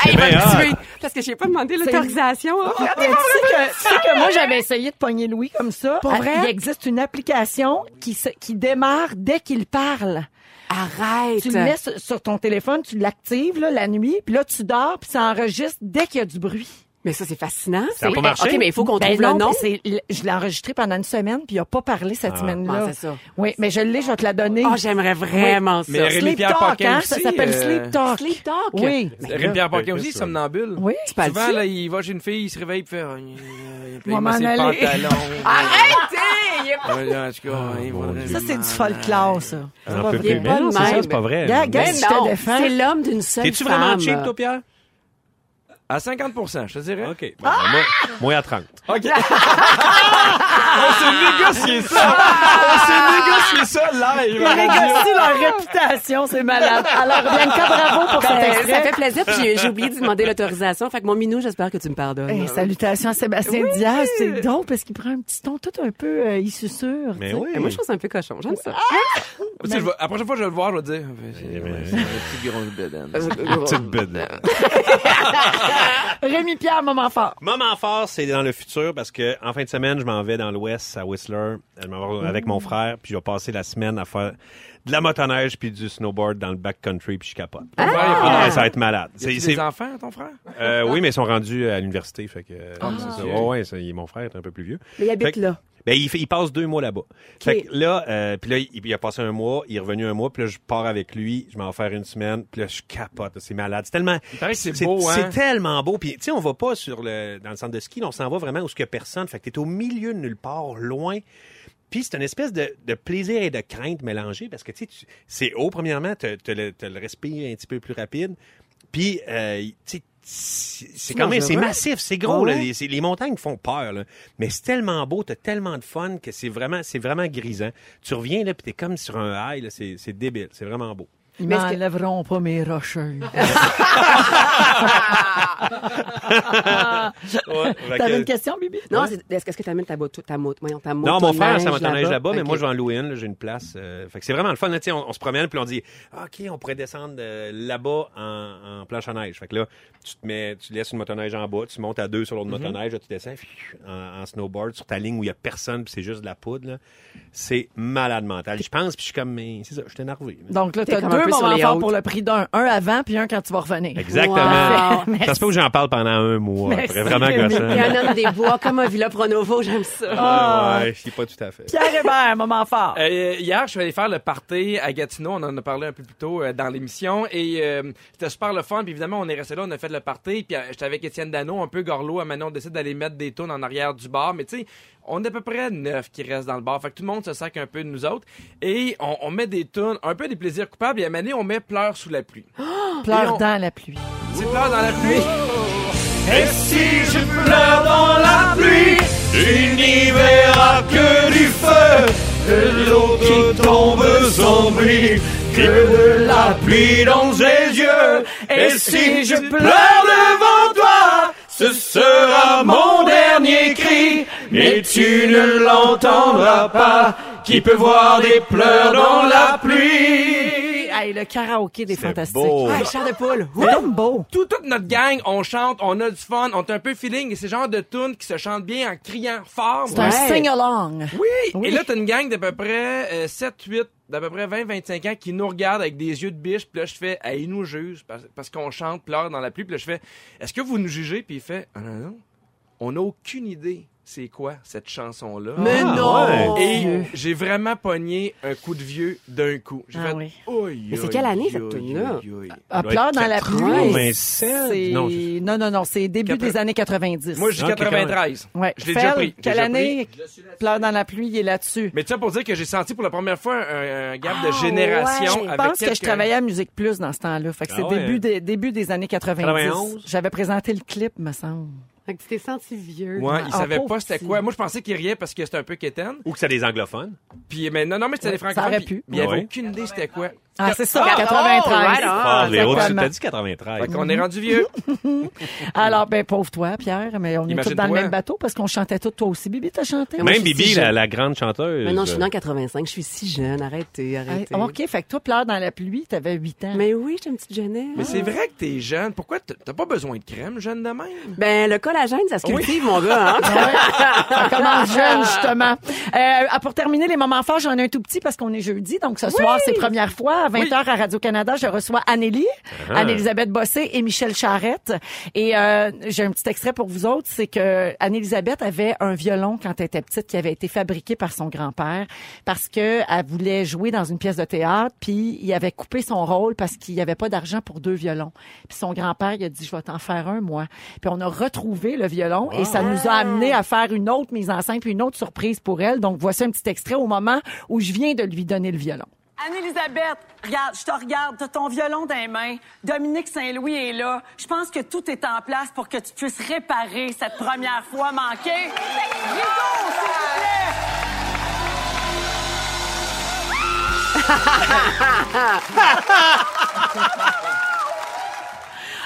Speaker 2: Hey, il va
Speaker 4: bien
Speaker 2: me tuer, parce que j'ai pas demandé l'autorisation. hein.
Speaker 3: Mais tu sais que, tu sais que moi, j'avais essayé de pogner Louis comme ça. Ah,
Speaker 2: Pas vrai?
Speaker 3: Il existe une application qui, se- qui démarre dès qu'il parle.
Speaker 2: Arrête.
Speaker 3: Tu le mets sur, sur ton téléphone, tu l'actives là, la nuit, puis là, tu dors, puis ça enregistre dès qu'il y a du bruit.
Speaker 2: Mais ça, c'est fascinant.
Speaker 4: Ça a
Speaker 2: C'est-
Speaker 4: pas marché?
Speaker 2: OK, mais il faut qu'on
Speaker 3: Ben
Speaker 2: trouve
Speaker 3: non,
Speaker 2: le nom.
Speaker 3: mais c'est- l- Je l'ai enregistré pendant une semaine, puis il n'a pas parlé cette semaine-là.
Speaker 2: Ah, c'est ça.
Speaker 3: Oui, mais je l'ai, je vais te la donner.
Speaker 2: Oh, j'aimerais vraiment ça.
Speaker 5: Mais Rémi
Speaker 3: Sleep
Speaker 5: Pierre
Speaker 3: Talk,
Speaker 5: Paquin
Speaker 3: hein? Ça
Speaker 5: aussi,
Speaker 3: s'appelle
Speaker 5: euh,
Speaker 3: Sleep Talk.
Speaker 2: Sleep Talk.
Speaker 3: Oui.
Speaker 5: Rémi-Pierre Paquin aussi, somnambule.
Speaker 3: Oui.
Speaker 2: Tu parles
Speaker 5: Souvent, là, il va chez une fille, il se réveille, il fait... Oh, il
Speaker 3: Moi, m'en
Speaker 5: met ses
Speaker 3: aller. <laughs>
Speaker 5: pantalons.
Speaker 2: Arrêtez! Il est pas-
Speaker 5: Ouais, en tout cas, il faudrait-
Speaker 3: Ça, c'est du folklore, ça.
Speaker 4: On en peut
Speaker 2: vrai.
Speaker 4: plus. Mais non, c'est ça, c'est pas vrai.
Speaker 3: Gars, gars,
Speaker 2: Mais
Speaker 3: si je te
Speaker 2: non,
Speaker 3: défends.
Speaker 2: c'est l'homme d'une seule
Speaker 4: T'es-tu
Speaker 2: femme. Euh,
Speaker 4: vraiment cheap, toi, Pierre?
Speaker 5: À 50 je te dirais.
Speaker 4: OK. Bon, ben, moi, moi, à 30.
Speaker 5: OK. Ah, On s'est négocié ça.
Speaker 3: Ah!
Speaker 5: Ah, On s'est négocié ça live.
Speaker 3: Ils négocient leur réputation, c'est <laughs> malade. Alors, Bianca, bravo pour cet
Speaker 2: Ben, ça
Speaker 3: extrait.
Speaker 2: fait plaisir, puis j'ai- j'ai oublié de demander l'autorisation. Fait que mon minou, j'espère que tu me pardonnes.
Speaker 3: Eh, salutations à Sébastien Diaz, c'est donc parce qu'il prend un petit ton tout un peu euh, issu sûr.
Speaker 4: Mais
Speaker 3: tu sais.
Speaker 4: oui.
Speaker 2: Et Eh, moi, je trouve ça un peu cochon. J'aime ça.
Speaker 3: Ah,
Speaker 5: Tu sais, je vais- La prochaine fois que je vais le voir, je vais dire... Ah, C'est
Speaker 4: Eh ben,
Speaker 5: ouais, c'est un petit gros hein. <laughs> bedaine.
Speaker 4: Petite bête. oh.
Speaker 3: Rémi Pierre, moment fort.
Speaker 4: Moment fort, c'est dans le futur parce que en fin de semaine, je m'en vais dans l'Ouest à Whistler je m'en vais avec mon frère, puis je vais passer la semaine à faire de la motoneige puis du snowboard dans le backcountry puis je capote. Ah, ça va être malade. C'est-
Speaker 5: C'est
Speaker 4: c'est-
Speaker 5: des enfants, ton frère?
Speaker 4: euh, oui, mais ils sont rendus à l'université, fait que euh, c'est ça. Ouais, ouais, ça, il- mon frère est un peu plus vieux.
Speaker 2: Ah. Mais il habite
Speaker 4: Fait que-
Speaker 2: là.
Speaker 4: Ben, il, fait- il passe deux mois là-bas. Fait que là, euh, puis là, il, il a passé un mois, il est revenu un mois, puis là, je pars avec lui, je m'en vais faire une semaine, puis là, je capote, c'est malade. C'est tellement...
Speaker 5: paraît que c'est beau, hein?
Speaker 4: c'est tellement beau. Puis, tu sais, on va pas sur le, dans le centre de ski, là, on s'en va vraiment où ce que personne. Fait que t'es au milieu de nulle part, loin. Puis c'est une espèce de, de plaisir et de crainte mélangée parce que, tu sais, tu- c'est haut, premièrement, t'as t'as le, t'as le respire un petit peu plus rapide. Puis, euh, tu sais, c'est c'est quand même, c'est massif, c'est gros, là. Les, c'est- les montagnes font peur, là. Mais c'est tellement beau, t'as tellement de fun que c'est vraiment, c'est vraiment grisant. Tu reviens, là, puis t'es comme sur un high, là. C'est c'est débile. C'est vraiment beau.
Speaker 3: Ils
Speaker 2: Mais est-ce que-
Speaker 3: m'enlèveront pas mes rocheuses.
Speaker 4: <laughs> Ouais, fait
Speaker 3: T'avais
Speaker 4: que-
Speaker 3: une <laughs> question, Bibi?
Speaker 2: Non,
Speaker 4: Ouais.
Speaker 2: c'est- est-ce que tu amènes ta, moto- ta, moto- voyons, ta
Speaker 4: Non,
Speaker 2: motoneige
Speaker 4: mon frère, ça m'a
Speaker 2: là-bas?
Speaker 4: là-bas, là-bas mais
Speaker 2: Ok.
Speaker 4: moi, je vais en louer une. là, J'ai une place. euh, fait que c'est vraiment le fun. là, tu sais, on, on se promène, puis on dit Ah, OK, on pourrait descendre euh, là-bas en, en planche à neige. Fait que là, tu te mets, tu laisses une motoneige en bas, tu montes à deux sur l'autre motoneige, là, tu descends pfiou, en, en snowboard sur ta ligne où il n'y a personne, puis c'est juste de la poudre. là. C'est malade mental. Je pense, puis je suis comme, mais c'est ça, je suis énervé.
Speaker 3: Donc là,
Speaker 2: T'es
Speaker 3: t'as
Speaker 2: comme un
Speaker 3: deux
Speaker 2: peu sur
Speaker 3: moments
Speaker 2: les
Speaker 3: forts
Speaker 2: hautes.
Speaker 3: pour le prix d'un. Un avant, puis un quand tu vas revenir.
Speaker 4: Exactement.
Speaker 3: Wow.
Speaker 4: Ça se peut que j'en parle pendant un mois.
Speaker 3: Merci,
Speaker 4: après. Vraiment
Speaker 3: Rémi.
Speaker 4: gossant.
Speaker 2: Il y a un homme des bois, comme un Villa Pronovo, j'aime ça.
Speaker 3: Ah.
Speaker 4: Ouais, ouais, je suis pas tout à fait.
Speaker 3: Pierre Hébert, moment fort.
Speaker 5: Euh, hier, je suis allé faire le party à Gatineau. On en a parlé un peu plus tôt euh, dans l'émission. Et euh, c'était super le fun. Puis évidemment, on est resté là, on a fait le party. Puis euh, j'étais avec Étienne Dano, un peu gorlot. À Manon, on décide d'aller mettre des tonnes en arrière du bar. Mais tu sais, on est à peu près neuf qui restent dans le bar. Fait que tout le monde se sac un peu de nous autres. Et on, on met des tonnes, un peu des plaisirs coupables. Et à Manon, on met Pleurs sous la pluie.
Speaker 3: Oh! Pleure
Speaker 5: on-
Speaker 3: dans la pluie.
Speaker 5: C'est Pleurs dans la pluie.
Speaker 4: Et si je pleure dans la pluie, tu n'y verras que du feu, de l'eau qui tombe zombie, que de la pluie dans les yeux. Et si je pleure devant toi, ce sera mon dernier cri, mais tu ne l'entendras pas. Qui peut voir des pleurs dans la pluie?
Speaker 3: Hey, le karaoké des fantastiques.
Speaker 4: beau.
Speaker 3: Ah, Charles de Poule. C'est donc beau.
Speaker 5: Tout- toute notre gang, on chante, on a du fun, on a un peu feeling. Et c'est le genre de tunes qui se chantent bien en criant fort.
Speaker 3: C'est un sing-along.
Speaker 5: Oui!
Speaker 3: Oui.
Speaker 5: Et là, t'as une gang d'à peu près 7-8, d'à peu près 20-25 ans qui nous regardent avec des yeux de biche. Puis là, je fais, hey, ils nous jugent parce, parce qu'on chante, pleure dans la pluie. Puis là, je fais, est-ce que vous nous jugez? Puis il fait, ah non, non, on n'a aucune idée c'est quoi cette chanson-là.
Speaker 2: Mais
Speaker 4: Ah,
Speaker 2: non!
Speaker 5: Et j'ai vraiment pogné un coup de vieux d'un coup. J'ai
Speaker 3: Ah
Speaker 5: fait,
Speaker 3: oui.
Speaker 5: oui.
Speaker 2: Mais c'est quelle année, cette tune-là?
Speaker 3: Ah,
Speaker 4: doit
Speaker 3: pleure
Speaker 4: être
Speaker 3: dans la pluie.
Speaker 4: 87.
Speaker 3: c'est-
Speaker 4: Non, je-
Speaker 3: Non, non, non, c'est début
Speaker 5: Quatre-
Speaker 3: des années 90.
Speaker 5: Moi, j'ai
Speaker 4: Ah, ok, quand même.
Speaker 5: 93.
Speaker 3: ouais.
Speaker 5: je l'ai déjà
Speaker 3: Fell,
Speaker 5: pris,
Speaker 3: Quelle
Speaker 5: déjà
Speaker 3: année? Pleure dans la pluie, il est là-dessus.
Speaker 5: Mais ça pour dire que j'ai senti pour la première fois un, un gap de
Speaker 2: Ah,
Speaker 5: génération.
Speaker 2: ouais.
Speaker 3: Je
Speaker 5: avec
Speaker 3: pense que je
Speaker 5: quelqu'un.
Speaker 3: travaillais à Musique Plus dans ce temps-là. Fait que
Speaker 4: Ah
Speaker 3: c'est
Speaker 4: ouais.
Speaker 3: début, des, début des années 90.
Speaker 4: 91.
Speaker 3: J'avais présenté le clip, me semble.
Speaker 2: Fait que tu t'es senti vieux.
Speaker 5: Ouais, il
Speaker 3: Ah,
Speaker 5: savait
Speaker 3: pauvre
Speaker 5: pas c'était
Speaker 3: petit.
Speaker 5: quoi. Moi, je pensais qu'il riait parce que c'était un peu quétaine.
Speaker 4: Ou que c'est des anglophones.
Speaker 5: Puis, mais non, non, mais c'était
Speaker 3: Ouais,
Speaker 5: les
Speaker 3: ça
Speaker 5: francophones.
Speaker 3: aurait
Speaker 5: puis-
Speaker 3: pu.
Speaker 5: puis Il avait
Speaker 4: Ouais.
Speaker 5: aucune idée c'était quoi.
Speaker 3: Ah, c'est ça,
Speaker 2: Ah,
Speaker 3: 93.
Speaker 2: oh, right on.
Speaker 4: Ah, Léo, tu
Speaker 3: exactement.
Speaker 4: t'as dit 93.
Speaker 5: Fait qu'on est rendu vieux.
Speaker 3: <laughs> Alors, ben, pauvre toi, Pierre, mais on est tous dans le
Speaker 5: Imagine-toi.
Speaker 3: même bateau parce qu'on chantait tous. Toi aussi, Bibi, t'as chanté?
Speaker 4: Même Bibi, la, la grande chanteuse. Hein?
Speaker 2: Mais Ah non, je suis dans 85, je suis si jeune, arrêtez,
Speaker 3: Hey, oh,
Speaker 2: arrêtez.
Speaker 3: OK, fait que toi, pleure dans la pluie, t'avais 8 ans.
Speaker 2: Mais oui, j'étais une petite jeunesse.
Speaker 5: Mais c'est vrai que t'es jeune. Pourquoi t'as t'as pas besoin de crème, jeune de même?
Speaker 2: Ben, le collagène, ça se cultive, mon gars, hein?
Speaker 3: Ça commence jeune, justement. Euh, ah, pour terminer les moments forts, j'en ai un tout petit parce qu'on est jeudi. Donc, ce soir, c'est première fois. À 20h à Radio-Canada, je reçois Annélie, Anne-Élisabeth Bossé et Michel Charrette. Et euh, j'ai un petit extrait pour vous autres. C'est que Anne-Élisabeth avait un violon quand elle était petite qui avait été fabriqué par son grand-père parce que elle voulait jouer dans une pièce de théâtre. Puis, il avait coupé son rôle parce qu'il n'y avait pas d'argent pour deux violons. Puis, son grand-père, il a dit, je vais t'en faire un, moi. Puis, on a retrouvé le violon et ça nous a amené à faire une autre mise en scène puis une autre surprise pour elle. Donc, voici un petit extrait au moment où je viens de lui donner le violon.
Speaker 9: Anne-Elisabeth, regarde, je te regarde, t'as ton violon dans les mains. Dominique Saint-Louis est là. Je pense que tout est en place pour que tu puisses réparer cette première fois manquée. Rideau, s'il vous plaît!
Speaker 3: <laughs>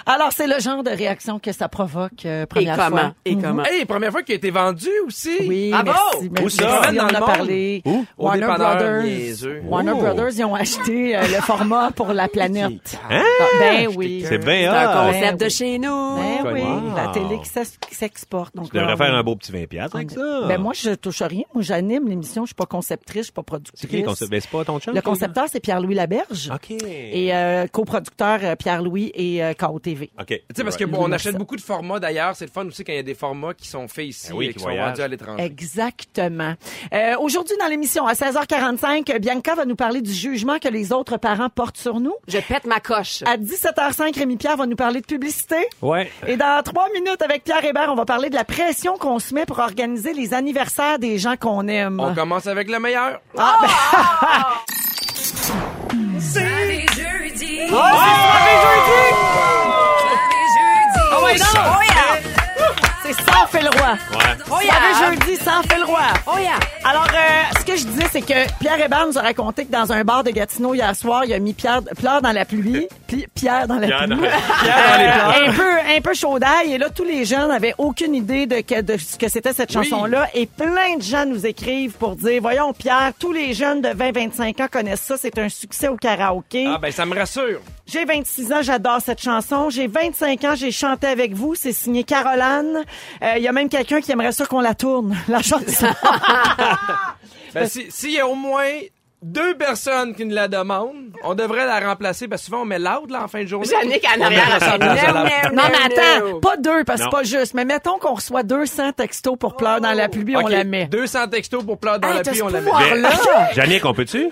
Speaker 3: Alors, c'est le genre de réaction que ça provoque, euh, <laughs>
Speaker 2: Et
Speaker 3: première
Speaker 2: comment?
Speaker 3: fois.
Speaker 2: Et
Speaker 3: Mhm.
Speaker 2: comment?
Speaker 5: Hey, première fois qu'il a été vendu aussi.
Speaker 3: Oui,
Speaker 5: ah bon?
Speaker 3: merci, merci.
Speaker 5: Où ça?
Speaker 3: Merci,
Speaker 5: Dans le
Speaker 3: on en a
Speaker 5: monde?
Speaker 3: parlé.
Speaker 4: Où?
Speaker 5: Au
Speaker 3: Warner
Speaker 5: dépanneur,
Speaker 3: Brothers.
Speaker 5: niaiseux.
Speaker 3: Warner
Speaker 4: Oh.
Speaker 3: Brothers, ils ont acheté euh, le format pour la planète. Ah, ben oui.
Speaker 4: C'est bien
Speaker 2: C'est un
Speaker 4: hot.
Speaker 3: Ben
Speaker 2: concept de
Speaker 3: oui.
Speaker 2: chez nous.
Speaker 3: Ben oui,
Speaker 4: Wow.
Speaker 3: la télé qui s'ex- qui s'exporte. Donc,
Speaker 4: Tu devrais
Speaker 3: là,
Speaker 4: faire
Speaker 3: on-
Speaker 4: un beau petit 20$ piastres
Speaker 10: Ah,
Speaker 4: avec ça.
Speaker 3: Ben moi, je touche à rien. Moi, j'anime l'émission. Je suis pas conceptrice, je suis pas productrice.
Speaker 4: C'est qui le concept? Ben, c'est pas ton chum?
Speaker 3: Le
Speaker 4: toi, là?
Speaker 3: concepteur, c'est Pierre-Louis Laberge.
Speaker 4: OK.
Speaker 3: Et euh, coproducteur, euh, Pierre-Louis et euh, KO TV.
Speaker 4: OK.
Speaker 5: Tu sais, parce que
Speaker 4: Right.
Speaker 5: bon, on achète beaucoup de formats d'ailleurs. C'est le fun aussi quand il y a des formats qui sont faits ici
Speaker 4: Ben oui,
Speaker 5: et
Speaker 4: qui
Speaker 5: qui sont
Speaker 4: voyagent.
Speaker 5: vendus à l'étranger.
Speaker 3: Exactement. Euh, Aujourd'hui, dans l'émission, à 16h45, Bianca va nous parler du jugement que les autres parents portent sur nous.
Speaker 2: Je pète ma coche.
Speaker 3: À 17h05, Rémi-Pierre va nous parler de publicité.
Speaker 5: <laughs>
Speaker 4: Ouais.
Speaker 3: Et dans trois minutes, avec Pierre Hébert, on va parler de la pression qu'on se met pour organiser les anniversaires des gens qu'on aime.
Speaker 5: On commence avec le meilleur.
Speaker 3: C'est ça, fait le roi.
Speaker 10: roi.
Speaker 2: Oh yeah!
Speaker 10: Ça veut jeudi sans fil roi.
Speaker 2: Oh yeah!
Speaker 10: Alors, euh, ce que je disais, c'est que Pierre Hébert nous a raconté que dans un bar de Gatineau hier soir, il a mis Pierre, Fleur dans la pluie. Puis Pierre dans la
Speaker 4: Pierre
Speaker 10: pluie.
Speaker 4: dans-
Speaker 10: Euh, un peu, un peu chaud d'ail. Et là, tous les gens n'avaient aucune idée de, que- de ce que c'était cette chanson-là. Et plein de gens nous écrivent pour dire, voyons, Pierre, tous les jeunes de 20-25 ans connaissent ça. C'est un succès au karaoké.
Speaker 5: Ah, ben, ça me rassure.
Speaker 10: J'ai 26 ans, j'adore cette chanson. J'ai 25 ans, j'ai chanté avec vous. C'est signé Caroline. Euh, Il y a même quelqu'un qui aimerait ça qu'on la tourne, <laughs> la chanson.
Speaker 5: Ben, si- s'il y a au moins deux personnes qui nous la demandent, on devrait la remplacer. Parce que souvent, on met l'autre, là, en fin de journée.
Speaker 2: Jannick en arrière à sa
Speaker 10: Non, mais attends, pas deux, parce que c'est
Speaker 4: Non.
Speaker 10: pas juste. Mais mettons qu'on reçoit 200 textos pour pleurs dans la pluie, on
Speaker 5: OK,
Speaker 10: la met.
Speaker 5: 200 textos pour pleurer dans
Speaker 10: Hey,
Speaker 5: la
Speaker 10: t'as
Speaker 5: pluie,
Speaker 10: ce
Speaker 5: on la met.
Speaker 10: pouvoir-là.
Speaker 4: Mais- Jannick, on peut-tu?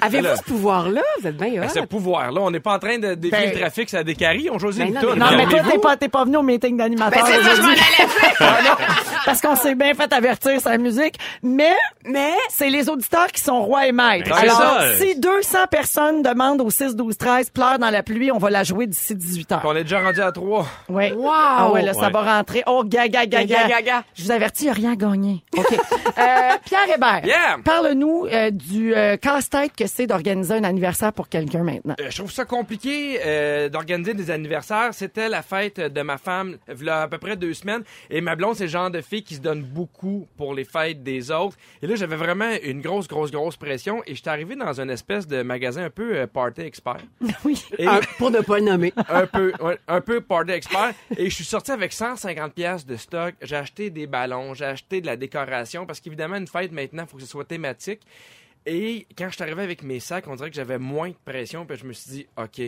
Speaker 2: Avez-vous ce pouvoir-là? Vous êtes bien
Speaker 5: Ben,
Speaker 2: hot.
Speaker 5: ce pouvoir-là, on n'est pas en train de défier
Speaker 10: Ben-
Speaker 5: le trafic, ça décarie. On choisit
Speaker 2: Ben
Speaker 5: une
Speaker 2: non,
Speaker 5: toune.
Speaker 2: mais-
Speaker 10: Non, mais toi,
Speaker 5: Calmez-vous.
Speaker 10: t'es pas, t'es pas venu au meeting
Speaker 2: Ben,
Speaker 10: d'animateurs
Speaker 2: c'est ça, je m'en
Speaker 10: aujourd'hui.
Speaker 2: allais faire.
Speaker 10: Ah non, parce qu'on s'est bien fait avertir sa musique. Mais, mais, c'est les auditeurs qui sont rois et maîtres.
Speaker 4: Ben, c'est
Speaker 10: Alors,
Speaker 4: ça.
Speaker 10: si 200 personnes demandent au 6, 12, 13, pleure dans la pluie, on va la jouer d'ici 18 heures.
Speaker 5: On est déjà rendu à trois.
Speaker 10: Ouais.
Speaker 2: Wow!
Speaker 10: Ah ouais, là, ça
Speaker 4: Ouais.
Speaker 10: va rentrer. Oh, gaga, gaga.
Speaker 2: Gaga, gaga.
Speaker 10: Je vous avertis, il n'y a rien à gagner. OK. Euh, Pierre Hébert,
Speaker 5: Yeah!
Speaker 10: parle-nous euh, du euh, casse-tête que c'est d'organiser un anniversaire pour quelqu'un maintenant.
Speaker 5: Euh, je trouve ça compliqué euh, d'organiser des anniversaires. C'était la fête de ma femme, il à peu près deux semaines. Et ma blonde, c'est le genre de fille qui se donne beaucoup pour les fêtes des autres. Et là, j'avais vraiment une grosse, grosse, grosse pression. Et j'étais arrivé dans une espèce de magasin un peu euh, party expert.
Speaker 10: Oui.
Speaker 5: Et-
Speaker 3: Ah,
Speaker 2: Un- Euh, pour ne pas le nommer.
Speaker 5: un peu, ouais, un peu party expert. Et je suis sorti avec 150 pièces de stock. J'ai acheté des ballons, j'ai acheté de la décoration parce qu'évidemment une fête maintenant, il faut que ce soit thématique. Et quand je suis arrivé avec mes sacs, on dirait que j'avais moins de pression. Puis je me suis dit, ok,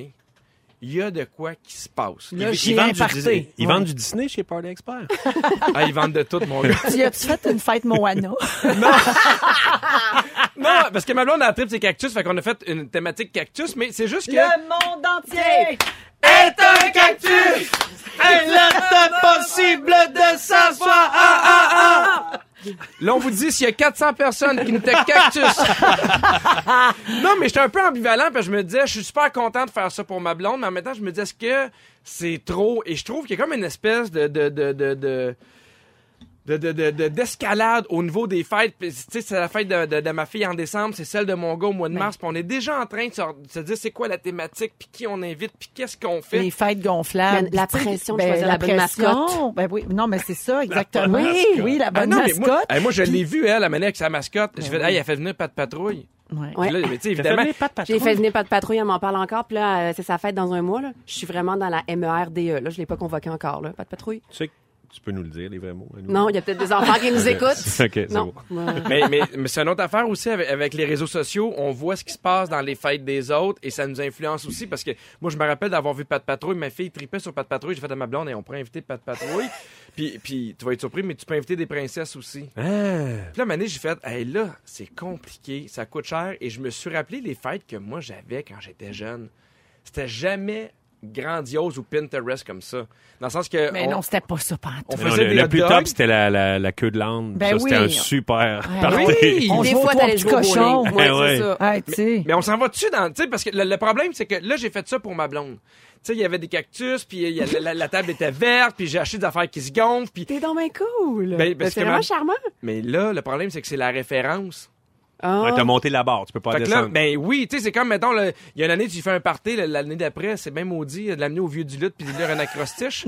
Speaker 5: il y a de quoi qui se passe.
Speaker 10: Là,
Speaker 4: Ils- ils
Speaker 10: j'ai
Speaker 4: vendent du
Speaker 10: imparté.
Speaker 4: Disney- Ils
Speaker 10: Ouais.
Speaker 4: vendent du Disney chez Party Expert.
Speaker 5: Ah, ils vendent de tout, mon gars.
Speaker 10: Tu as-tu fait une fête Moana? <laughs>
Speaker 5: non, parce que ma blonde a la trip, c'est cactus, fait qu'on a fait une thématique cactus, mais c'est juste que.
Speaker 10: monde entier!
Speaker 5: est un cactus! Elle impossible de s'asseoir! Ah, ah, ah! Là, on vous dit, s'il y a 400 personnes qui n'étaient <laughs> cactus. non, mais j'étais un peu ambivalent, parce que je me disais, je suis super content de faire ça pour ma blonde, mais en même temps, je me disais, est-ce que c'est trop? Et je trouve qu'il y a comme une espèce de, de, de, de, de de- de- de- de- d'escalade au niveau des fêtes. Puis, Tu sais, c'est la fête de, de- de ma fille en décembre, c'est celle de mon gars au mois de mars. Puis on est déjà en train de se, de se dire c'est quoi la thématique, puis qui on invite, puis qu'est-ce qu'on fait.
Speaker 10: Les fêtes gonflables.
Speaker 2: La- la
Speaker 10: Tu sais,
Speaker 2: pression de choisir la bonne mascotte.
Speaker 10: Ben oui, non, mais c'est ça, exactement.
Speaker 4: bonne
Speaker 10: Oui,
Speaker 4: mascotte.
Speaker 10: oui, la
Speaker 5: Ah
Speaker 10: bonne
Speaker 5: non, mais
Speaker 10: mascotte.
Speaker 5: moi, eh, moi, je l'ai vu, elle, la manière avec sa mascotte. J'ai fait, hey, elle fait venir Pat Patrouille.
Speaker 10: Ouais.
Speaker 2: Ouais.
Speaker 5: Puis Là, mais tu sais, évidemment,
Speaker 2: J'ai fait venir pas de patrouille, elle m'en parle encore. Puis là, euh, c'est sa fête dans un mois. Là. Je suis vraiment dans la E MERDE. Là, je l'ai pas convoqué encore. Là. Pas de patrouille.
Speaker 4: Tu sais que tu peux nous le dire, les vrais mots. à nous?
Speaker 2: Non, il y a peut-être des enfants qui nous
Speaker 4: Ok. <laughs>
Speaker 2: écoutent.
Speaker 4: Ok, c'est
Speaker 2: non. Ouais.
Speaker 5: mais, mais, mais c'est une autre affaire aussi avec, avec les réseaux sociaux. On voit ce qui se passe dans les fêtes des autres et ça nous influence aussi parce que moi, je me rappelle d'avoir vu Pat Patrouille. Ma fille tripait sur Pat Patrouille. J'ai fait à ma blonde et on pourrait inviter Pat Patrouille. puis, puis tu vas être surpris, mais tu peux inviter des princesses aussi.
Speaker 4: Ah,
Speaker 5: Puis là, Mané, j'ai fait, hey, là, c'est compliqué, ça coûte cher. Et je me suis rappelé les fêtes que moi j'avais quand j'étais jeune. C'était jamais grandiose ou Pinterest comme ça. Dans le sens que.
Speaker 10: Mais
Speaker 5: on-
Speaker 10: Ben non, c'était pas ça, pantoute.
Speaker 5: on
Speaker 4: non,
Speaker 5: faisait
Speaker 4: le,
Speaker 5: des
Speaker 4: le
Speaker 5: hot
Speaker 4: plus
Speaker 5: dogs.
Speaker 4: top, c'était la, la, la queue de l'âne.
Speaker 10: Ben
Speaker 4: ça, c'était
Speaker 10: oui.
Speaker 4: un super
Speaker 10: Ouais.
Speaker 4: party. <laughs>
Speaker 5: Oui.
Speaker 10: On
Speaker 2: Des
Speaker 10: joue aux
Speaker 2: fois,
Speaker 10: trois
Speaker 2: t'allais
Speaker 10: petits
Speaker 2: jouer au
Speaker 10: cochons.
Speaker 2: bowling. Ouais,
Speaker 4: Ouais.
Speaker 2: c'est ça.
Speaker 10: Hey, tu sais.
Speaker 5: Mais on s'en va-tu dans. Tu sais, parce que le, le problème, c'est que là, j'ai fait ça pour ma blonde. Tu sais, il y avait des cactus, puis il y a- la, la- la table était verte, puis j'ai acheté des affaires qui se gonflent,
Speaker 4: <laughs>
Speaker 5: puis.
Speaker 2: T'es donc bien cool.
Speaker 5: Ben,
Speaker 2: Ben,
Speaker 5: parce
Speaker 2: c'est
Speaker 5: que
Speaker 2: vraiment
Speaker 5: ma-
Speaker 2: charmant.
Speaker 5: Mais là, le problème, c'est que c'est la référence.
Speaker 2: Ah.
Speaker 4: Ouais, T'as monté la barre, tu peux pas
Speaker 5: Fait que là,
Speaker 4: descendre.
Speaker 5: ben oui, tu sais, c'est comme, mettons, le- il y a une année, tu fais un party, le- l'année d'après, c'est bien maudit de l'amener au vieux du lutte puis de lire
Speaker 4: <laughs>
Speaker 5: un acrostiche.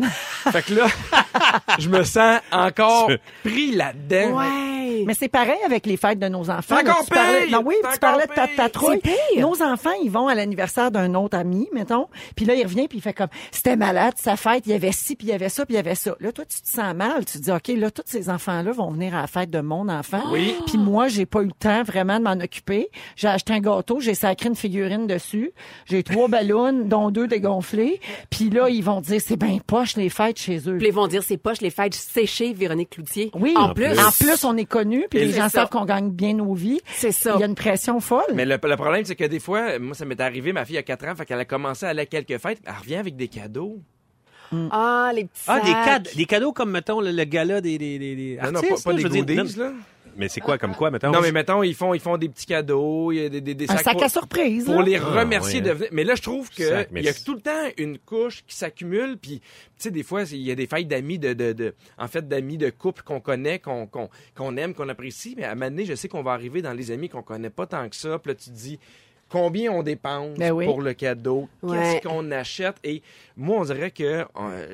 Speaker 5: fait que là, <laughs> je me sens encore pris là-dedans.
Speaker 2: Ouais.
Speaker 10: Mais c'est pareil avec les fêtes de nos enfants.
Speaker 5: C'est
Speaker 10: Là,
Speaker 5: encore
Speaker 10: tu parlais,
Speaker 5: pire!
Speaker 10: non, oui,
Speaker 5: C'est
Speaker 10: tu parlais de
Speaker 5: encore
Speaker 10: Pat
Speaker 5: pire!
Speaker 10: Patrouille.
Speaker 2: C'est pire!
Speaker 10: Nos enfants, ils vont à l'anniversaire d'un autre ami, mettons. Puis là, il revient, puis il fait comme, c'était malade, sa fête, il y avait ci, puis il y avait ça, puis il y avait ça. Là, toi, tu te sens mal. Tu te dis, OK, là, tous ces enfants-là vont venir à la fête de mon enfant.
Speaker 5: Oui.
Speaker 10: Puis moi, j'ai pas eu le temps vraiment de m'en occuper. J'ai acheté un gâteau, j'ai sacré une figurine dessus. J'ai trois ballons, dont deux dégonflés. Puis là, ils vont dire, c'est bien poche les fêtes chez eux.
Speaker 2: Puis ils vont dire c'est poche les fêtes séchées, Véronique Cloutier.
Speaker 10: Oui,
Speaker 2: En plus.
Speaker 10: en plus, on est connu, puis les
Speaker 2: C'est
Speaker 10: gens
Speaker 2: ça.
Speaker 10: savent qu'on gagne bien nos vies.
Speaker 2: C'est ça.
Speaker 10: Il y a une pression folle.
Speaker 5: Mais le, le problème, c'est que des fois, moi, ça m'est arrivé, ma fille a 4 ans, fait qu'elle a commencé à aller à quelques fêtes, elle revient avec des cadeaux.
Speaker 2: Ah, les petits.
Speaker 4: Ah, des,
Speaker 2: sacs.
Speaker 4: cad- des cadeaux comme, mettons, le, le gala des, des, des, des
Speaker 5: Non, non,
Speaker 4: artistes,
Speaker 5: pas,
Speaker 4: là,
Speaker 5: pas des
Speaker 4: je veux dire,
Speaker 5: goodies,
Speaker 4: non-
Speaker 5: là.
Speaker 4: Mais c'est quoi, comme quoi, mettons?
Speaker 5: Non, mais mettons, ils font, ils font des petits cadeaux, il y a des, des, des
Speaker 3: Un
Speaker 5: sacs
Speaker 3: sac
Speaker 5: pour-
Speaker 3: à surprise.
Speaker 5: pour
Speaker 3: là.
Speaker 5: les
Speaker 4: Ah,
Speaker 5: remercier
Speaker 4: ouais,
Speaker 5: de
Speaker 4: hein.
Speaker 5: venir. Mais là, je trouve que
Speaker 4: Sac, mais
Speaker 5: il y a
Speaker 4: c'est-
Speaker 5: tout le temps une couche qui s'accumule. Puis, tu sais, des fois, il y a des fêtes d'amis, de, de, de- en fait, d'amis de couple qu'on connaît, qu'on qu'on qu'on aime, qu'on apprécie. Mais à un moment donné, je sais qu'on va arriver dans les amis qu'on connaît pas tant que ça. Puis là, tu te dis combien on dépense
Speaker 3: Ben oui.
Speaker 5: pour le cadeau,
Speaker 2: Ouais.
Speaker 5: qu'est-ce qu'on achète. Et moi, on dirait que euh,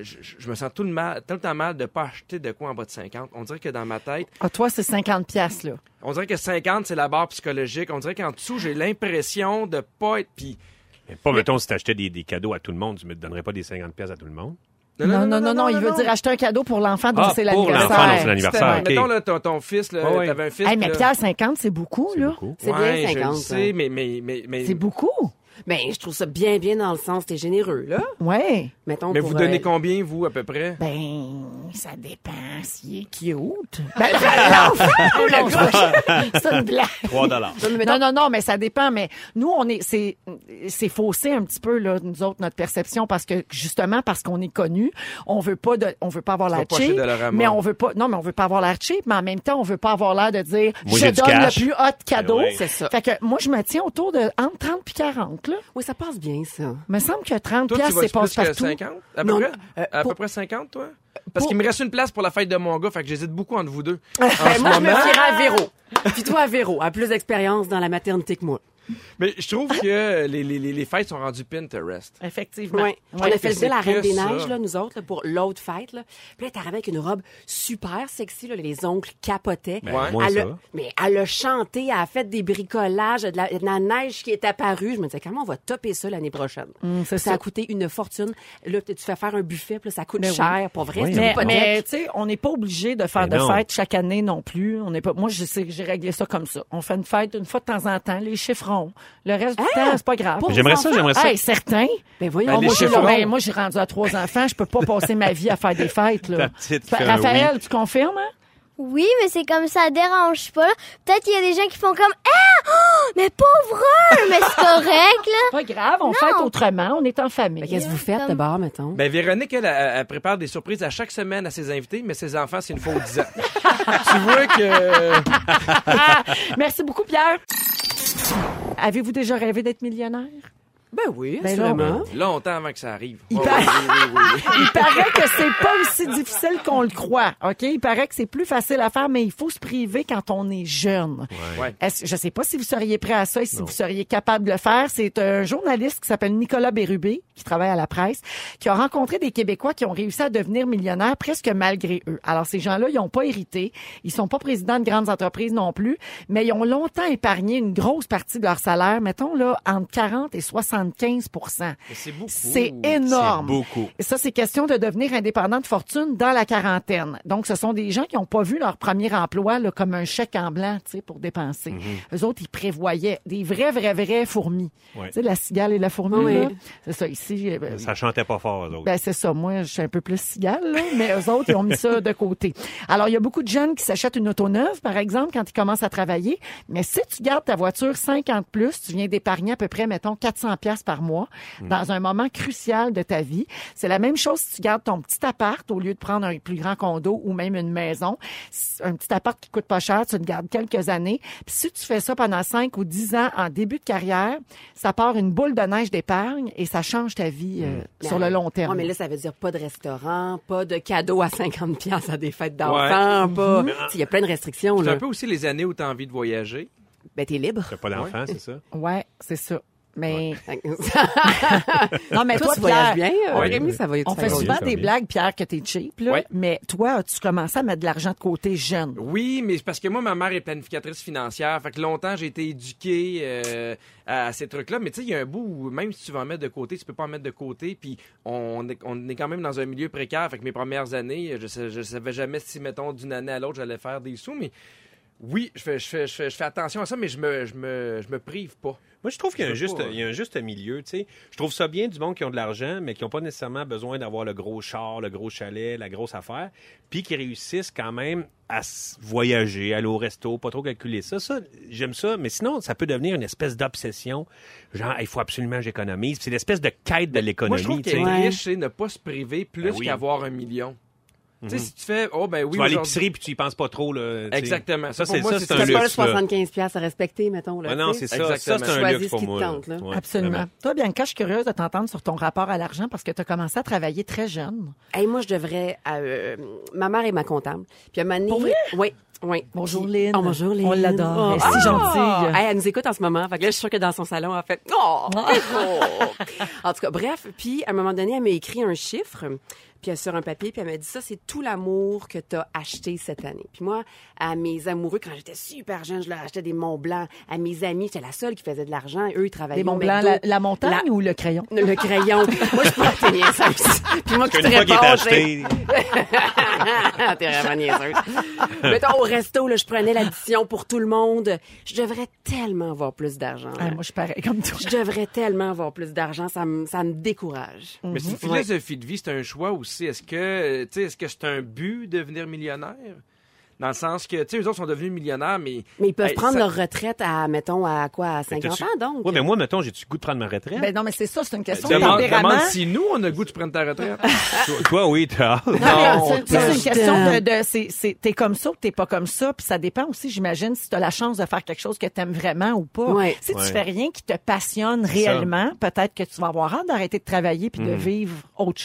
Speaker 5: je, je- je me sens tout le, mal, tout le temps mal de pas acheter de quoi en bas de 50. On dirait que dans ma tête,
Speaker 3: Ah, toi, c'est 50 piastres, là.
Speaker 5: on dirait que 50, c'est la barre psychologique. On dirait qu'en dessous, j'ai l'impression de pas être... Puis,
Speaker 4: Mais Pas, mettons, si t'achetais des, des cadeaux à tout le monde, tu me donnerais pas des 50 pièces à tout le monde.
Speaker 3: Non, non, non, non, il veut dire acheter un cadeau pour l'enfant dont
Speaker 4: Ah,
Speaker 3: c'est
Speaker 4: pour
Speaker 3: l'anniversaire.
Speaker 4: l'enfant dont c'est l'anniversaire,
Speaker 3: C'était-
Speaker 4: ok.
Speaker 5: Mettons, là, ton, ton fils, là,
Speaker 4: Ouais, ouais.
Speaker 5: t'avais un fils...
Speaker 3: Hey, mais
Speaker 5: là-
Speaker 3: Pierre, 50, c'est beaucoup,
Speaker 4: C'est
Speaker 3: là.
Speaker 4: beaucoup.
Speaker 2: C'est
Speaker 5: Ouais,
Speaker 2: bien 50.
Speaker 5: je le sais, mais... mais, mais, mais,
Speaker 3: C'est beaucoup.
Speaker 2: Ben, je trouve ça bien, bien dans le sens, t'es généreux, là.
Speaker 3: Ouais.
Speaker 2: Mettons
Speaker 5: mais
Speaker 2: pour,
Speaker 5: vous donnez
Speaker 2: euh,
Speaker 5: combien, vous, à peu près?
Speaker 3: Ben, ça dépend s'il est cute.
Speaker 2: <laughs>
Speaker 3: Ben, l'enfant, le gars, <laughs> c'est une blague.
Speaker 4: 3 dollars.
Speaker 2: Non, mais mettons-
Speaker 3: Non, non, non, mais ça dépend. Mais nous, on est, c'est, c'est faussé un petit peu là, nous autres, notre perception, parce que justement, parce qu'on est connu, on veut pas, de, on veut pas avoir
Speaker 5: vas
Speaker 3: l'air
Speaker 5: pas chez
Speaker 3: cheap,
Speaker 5: Dollarama.
Speaker 3: mais on veut pas, non, mais on veut pas avoir l'air cheap, mais en même temps, on veut pas avoir l'air de dire,
Speaker 4: Moi,
Speaker 3: je
Speaker 4: j'ai du
Speaker 3: donne
Speaker 4: cash.
Speaker 3: le plus haut cadeau.
Speaker 4: Eh oui.
Speaker 2: C'est ça.
Speaker 3: Fait que moi, je me tiens autour de entre 30 puis 40 là.
Speaker 2: Oui, ça passe bien, ça.
Speaker 3: Me semble que 30
Speaker 5: Toi, tu
Speaker 3: piastres,
Speaker 5: vas
Speaker 3: c'est passe
Speaker 5: plus que
Speaker 3: partout.
Speaker 5: 50? À peu,
Speaker 2: Non,
Speaker 5: près?
Speaker 2: euh,
Speaker 5: à
Speaker 2: pour-
Speaker 5: peu près 50, toi? Parce
Speaker 2: pour-
Speaker 5: qu'il me reste une place pour la fête de mon gars, fait que j'hésite beaucoup entre vous
Speaker 3: <laughs>
Speaker 5: deux. Ah, En
Speaker 2: Ben,
Speaker 5: ce
Speaker 2: moi, <laughs> je me
Speaker 5: moment.
Speaker 2: fierais à Véro. Puis toi, à Véro, a plus d'expérience dans la maternité que moi.
Speaker 5: Mais je trouve que les, les, les, les fêtes sont rendues Pinterest.
Speaker 3: Effectivement.
Speaker 2: Oui. On a fait
Speaker 5: mais
Speaker 2: le deal à la
Speaker 5: c'est
Speaker 2: Reine
Speaker 5: que
Speaker 2: des
Speaker 5: ça.
Speaker 2: Neiges, là, nous autres, là, pour l'autre fête. Là. Puis là, elle arrivait avec une robe super sexy. Là, les oncles capotaient.
Speaker 4: Ben, Ouais. moins
Speaker 2: elle
Speaker 4: ça.
Speaker 2: a- mais elle a chanté, elle a fait des bricolages, de la, de la neige qui est apparue. Je me disais, comment on va topper ça l'année prochaine?
Speaker 3: Mmh, c'est
Speaker 2: ça
Speaker 3: ça.
Speaker 2: a coûté une fortune. Là, tu fais faire un buffet, puis là, ça coûte
Speaker 3: Mais oui.
Speaker 2: cher, pour vrai.
Speaker 4: Oui,
Speaker 2: c'est une
Speaker 3: Mais,
Speaker 2: hypothèque.
Speaker 3: mais, tu sais, on n'est pas obligé de faire
Speaker 4: Mais
Speaker 3: de
Speaker 4: non.
Speaker 3: fête chaque année non plus. On n'est pas. Moi, je sais que j'ai réglé ça comme ça. On fait une fête une fois de temps en temps, les chiffres ronds. Le reste du temps, c'est pas grave.
Speaker 2: Hein? Pour
Speaker 4: J'aimerais ça,
Speaker 2: enfants?
Speaker 4: j'aimerais ça.
Speaker 3: Hey, certain.
Speaker 2: Ben voyons.
Speaker 5: les
Speaker 3: moi, j'ai
Speaker 5: chiffres
Speaker 3: ben,
Speaker 5: ronds.
Speaker 3: moi, j'ai rendu à trois enfants. Je peux pas passer ma vie à faire des fêtes. Là.
Speaker 4: Ta petite
Speaker 3: Fa-
Speaker 4: fait un
Speaker 3: Raphaël, tu confirmes? Hein?
Speaker 10: Oui, mais c'est comme ça, dérange pas. Peut-être qu'il y a des gens qui font comme Ah! Oh, mais pauvre! Mais c'est correct, là!
Speaker 3: Pas grave, on fête autrement. On est en famille.
Speaker 2: Ben, Qu'est-ce que vous faites de bord, mettons?
Speaker 5: Ben, Véronique, elle, elle, elle prépare des surprises à chaque semaine à ses invités, mais ses enfants, c'est une fois aux 10 ans. tu vois que...
Speaker 3: Ah, merci beaucoup, Pierre. Avez-vous déjà rêvé d'être millionnaire?
Speaker 2: Ben oui,
Speaker 3: Ben
Speaker 2: assurément.
Speaker 5: Longtemps avant que ça arrive.
Speaker 3: Il
Speaker 5: Ouais,
Speaker 3: paraît-
Speaker 5: oui, oui, oui, oui.
Speaker 3: Il paraît que c'est pas aussi difficile qu'on le croit, OK? Il paraît que c'est plus facile à faire, mais il faut se priver quand on est jeune.
Speaker 5: Ouais.
Speaker 3: Est-ce, je sais pas si vous seriez prêt à ça et si vous seriez capable de le faire. C'est un journaliste qui s'appelle Nicolas Bérubé, qui travaille à la presse, qui a rencontré des Québécois qui ont réussi à devenir millionnaires presque malgré eux. Alors, ces gens-là, ils n'ont pas hérité. Ils sont pas présidents de grandes entreprises non plus, mais ils ont longtemps épargné une grosse partie de leur salaire, mettons, là, entre 40 et 75
Speaker 5: Mais C'est beaucoup.
Speaker 3: c'est
Speaker 4: C'est
Speaker 3: énorme.
Speaker 4: beaucoup.
Speaker 3: Et Ça, c'est question de devenir indépendant de fortune dans la quarantaine. Donc, ce sont des gens qui n'ont pas vu leur premier emploi là, comme un chèque en blanc tu sais, pour dépenser. Eux autres, ils prévoyaient des vrais, vrais, vrais fourmis.
Speaker 4: Ouais.
Speaker 3: Tu sais, la cigale et la fourmi,
Speaker 2: Oui.
Speaker 3: là. c'est ça. Ici, euh, ben,
Speaker 4: Ça chantait pas fort, eux autres.
Speaker 3: ben, c'est ça. Moi, je suis un peu plus cigale, là, mais eux autres, ils ont mis ça de côté. Alors, il y a beaucoup de jeunes qui s'achètent une auto neuve, par exemple, quand ils commencent à travailler. Mais si tu gardes ta voiture 50 plus, tu viens d'épargner à peu près, mettons, 400 pièces par mois dans un moment crucial de ta vie. C'est la même chose si tu gardes ton petit appart au lieu de prendre un plus grand condo ou même une maison. C'est Un petit appart qui coûte pas cher, tu le gardes quelques années. Puis si tu fais ça pendant 5 ou 10 ans en début de carrière, ça part une boule de neige d'épargne et ça change ta vie euh, sur le long terme.
Speaker 2: Ben, Ouais, mais là, ça veut dire pas de restaurant, pas de cadeaux à 50 pièces à des fêtes d'enfants, pas...
Speaker 3: Mhm.
Speaker 2: Il y a plein de
Speaker 5: <laughs>
Speaker 2: restrictions,
Speaker 5: C'est
Speaker 2: là.
Speaker 5: un peu aussi les années où t'as envie de voyager.
Speaker 2: Ben, t'es libre.
Speaker 4: T'as pas d'enfant, c'est ça?
Speaker 3: Ouais, c'est ça. <laughs> Mais
Speaker 2: non, mais
Speaker 3: toi,
Speaker 2: toi, tu
Speaker 3: Pierre,
Speaker 2: voyages bien. euh,
Speaker 4: ouais.
Speaker 2: Rémi, ça va
Speaker 3: on
Speaker 2: ça
Speaker 3: fait
Speaker 2: va
Speaker 3: souvent
Speaker 4: ça va
Speaker 3: des
Speaker 4: bien.
Speaker 3: blagues, Pierre, que t'es cheap, là.
Speaker 5: Ouais.
Speaker 3: Mais toi, as-tu commencé à mettre de l'argent de côté jeune?
Speaker 5: Oui, mais c'est parce que moi, ma mère est planificatrice financière. Fait que longtemps, j'ai été éduqué euh, à ces trucs-là. Mais tu sais, il y a un bout où même si tu vas en mettre de côté, tu peux pas en mettre de côté. Puis on est, on est quand même dans un milieu précaire. Fait que mes premières années, je, sais- je savais jamais si, mettons, d'une année à l'autre, j'allais faire des sous. Mais oui, je fais, je fais, je fais, je fais attention à ça, mais je me, je me, je me prive pas.
Speaker 4: Moi, je trouve qu'il y a,
Speaker 5: Je
Speaker 4: un
Speaker 5: veux
Speaker 4: juste,
Speaker 5: pas, hein.
Speaker 4: il y a un juste milieu, tu sais. Je trouve ça bien du monde qui ont de l'argent, mais qui n'ont pas nécessairement besoin d'avoir le gros char, le gros chalet, la grosse affaire, puis qui réussissent quand même à s- voyager, aller au resto, pas trop calculer ça. Ça, j'aime ça, mais sinon, ça peut devenir une espèce d'obsession. Genre, il faut absolument que j'économise. Puis C'est l'espèce de quête de
Speaker 5: Ben, Moi,
Speaker 4: l'économie,
Speaker 5: je trouve
Speaker 4: tu sais.
Speaker 5: qu'être
Speaker 2: Ouais.
Speaker 5: riche, c'est ne pas se priver plus
Speaker 4: Ben oui.
Speaker 5: qu'avoir un million. Tu sais, si tu fais, oh ben oui,
Speaker 4: tu vas à
Speaker 5: aujourd'hui-
Speaker 4: l'épicerie puis tu y penses pas trop. Là, tu sais.
Speaker 5: Exactement.
Speaker 4: Ça,
Speaker 5: Ça, pour
Speaker 4: c'est
Speaker 5: moi,
Speaker 4: ça,
Speaker 5: c'est
Speaker 4: c'est
Speaker 5: ça.
Speaker 4: un
Speaker 2: C'est pas le
Speaker 4: luxe. là.
Speaker 2: 75$ piastres à respecter, mettons. Là,
Speaker 4: Ouais, non,
Speaker 2: tu sais.
Speaker 4: c'est ça. Ça, c'est un
Speaker 2: Choisis
Speaker 4: luxe
Speaker 2: ce
Speaker 4: pour
Speaker 2: qui te
Speaker 4: moi. là.
Speaker 2: tente, là.
Speaker 4: Ouais,
Speaker 3: Absolument.
Speaker 4: vraiment.
Speaker 3: Toi, Bianca, je suis curieuse de t'entendre sur ton rapport à l'argent parce que tu as commencé à travailler très jeune.
Speaker 2: Hey, moi, je devrais. euh, ma mère est ma comptable. Puis à un moment donné- Oui. Oui.
Speaker 3: Bonjour,
Speaker 2: Puis-
Speaker 3: Lynn.
Speaker 2: Oh, bonjour Lynn.
Speaker 3: On l'adore. Elle est si
Speaker 2: Ah!
Speaker 3: gentille.
Speaker 2: Hey, elle nous écoute en ce moment. Fait que là, je suis sûre que dans son salon, elle fait Oh!
Speaker 3: Ah!
Speaker 2: oh. <laughs> en tout cas, bref. Puis à un moment donné, elle m'a écrit un chiffre. Puis elle sur un papier, puis elle m'a dit ça, c'est tout l'amour que t'as acheté cette année. Puis moi, à mes amoureux, quand j'étais super jeune, je leur achetais des Mont Blanc. À mes amis, j'étais la seule qui faisait de l'argent. Eux, ils travaillaient.
Speaker 3: Les
Speaker 2: au
Speaker 3: Mont Blanc,
Speaker 2: McDo.
Speaker 3: la, la montagne
Speaker 2: La-
Speaker 3: ou le crayon?
Speaker 2: le crayon. moi, je portais niaiseuse. Puis moi, qui
Speaker 4: Une fois qu'il est
Speaker 2: réponds, c'est-
Speaker 4: acheté,
Speaker 2: <laughs> T'es vraiment niaiseuse. Mettons, au resto, là, je prenais l'addition pour tout le monde. Je devrais tellement avoir plus d'argent. là.
Speaker 3: Ah, moi, je suis pareil comme toi.
Speaker 2: Je devrais tellement avoir plus d'argent. Ça me, ça me décourage.
Speaker 5: Mais c'est une Mhm. philosophie de vie, c'est un choix aussi. Est-ce que, euh, tu sais, est-ce que c'est un but de devenir millionnaire? Dans le sens que, tu sais, eux autres sont devenus millionnaires, mais.
Speaker 2: Mais ils peuvent
Speaker 5: Hey,
Speaker 2: prendre
Speaker 5: ça-
Speaker 2: leur retraite à, mettons, à quoi, à 50
Speaker 4: t'as-tu-
Speaker 2: ans, donc? euh,
Speaker 4: Ouais, mais moi, mettons, j'ai-tu le goût de prendre ma retraite?
Speaker 3: Ben non, mais c'est ça, c'est une question de
Speaker 5: Demande, demande
Speaker 3: tempérament.
Speaker 5: si nous, on a goût de prendre ta retraite.
Speaker 2: <laughs>
Speaker 4: Toi- Toi, oui, t'as.
Speaker 3: Non, mais
Speaker 5: Non,
Speaker 3: ça, c'est une
Speaker 5: je
Speaker 3: question de,
Speaker 7: t'aime.
Speaker 3: de c'est, c'est- t'es comme ça ou t'es pas comme ça, puis ça dépend aussi, j'imagine, si t'as la chance de faire quelque chose que t'aimes vraiment ou pas.
Speaker 2: Ouais.
Speaker 3: Si
Speaker 4: Ouais.
Speaker 3: tu fais rien qui te passionne réellement, peut-être que tu vas avoir hâte d'arrêter de travailler puis
Speaker 2: Hmm.
Speaker 3: de vivre autre chose.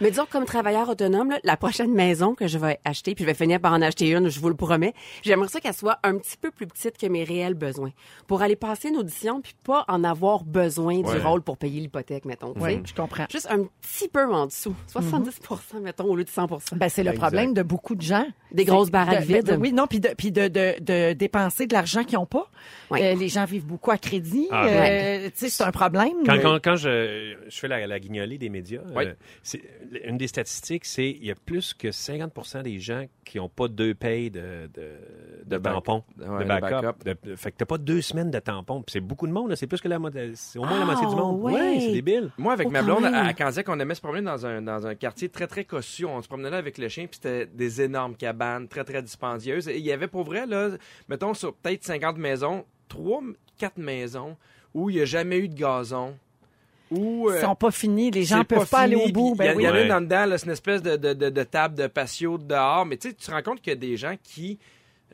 Speaker 2: Mais disons, que comme travailleur autonome, là, la prochaine maison que je vais acheter, puis je vais finir par en acheter une, je vous le promets, j'aimerais ça qu'elle soit un petit peu plus petite que mes réels besoins. Pour aller passer une audition, puis pas en avoir besoin
Speaker 4: Ouais.
Speaker 2: du rôle pour payer l'hypothèque, mettons. tu sais.
Speaker 3: Je comprends.
Speaker 2: Juste un petit peu en dessous. 70 mettons, au lieu de 100
Speaker 3: Ben, c'est le problème de beaucoup de gens.
Speaker 2: Des grosses
Speaker 3: C'est-
Speaker 2: baraques
Speaker 3: de- ben,
Speaker 2: vides.
Speaker 3: oui, non, puis de, puis de, de, de dépenser de l'argent qu'ils n'ont pas.
Speaker 2: Oui.
Speaker 3: Euh, les gens vivent beaucoup à crédit.
Speaker 4: Ah,
Speaker 3: Euh,
Speaker 2: ouais.
Speaker 3: tu sais, c'est un problème.
Speaker 4: Quand,
Speaker 3: mais-
Speaker 4: quand, quand je, je fais la, la guignolée des médias,
Speaker 5: Oui.
Speaker 4: euh, c'est- une des statistiques, c'est qu'il y a plus que 50 des gens qui n'ont pas deux payes de, de, de
Speaker 5: De back-
Speaker 4: tampons,
Speaker 5: ouais,
Speaker 4: de
Speaker 5: de
Speaker 4: backup.
Speaker 5: backup.
Speaker 4: De- de- fait que tu pas deux semaines de tampons. Puis C'est beaucoup de monde, là. c'est plus que la moitié- c'est au moins la
Speaker 2: Ah,
Speaker 4: moitié du monde.
Speaker 2: ouais.
Speaker 4: Ouais, c'est débile.
Speaker 5: Moi, avec
Speaker 2: Oh,
Speaker 5: ma
Speaker 2: quand
Speaker 5: blonde,
Speaker 2: même.
Speaker 5: à à Candiac, on aimait se promener dans un, dans un quartier très, très cossu. On se promenait là avec le chien, puis c'était des énormes cabanes, très, très dispendieuses. Et il y avait pour vrai, là, mettons, sur peut-être 50 maisons, 3, 4 maisons où il n'y a jamais eu de gazon. Où, euh,
Speaker 3: Ils sont pas finis, les gens
Speaker 5: c'est
Speaker 3: peuvent pas, aller
Speaker 5: fini,
Speaker 3: au bout.
Speaker 5: puis Il y,
Speaker 3: Ben
Speaker 5: en-
Speaker 3: oui.
Speaker 5: il y en a
Speaker 4: Ouais.
Speaker 5: une en dedans, là, c'est une espèce de, de, de, de table de patio de dehors. Mais tu sais, tu te rends compte qu'il y a des gens qui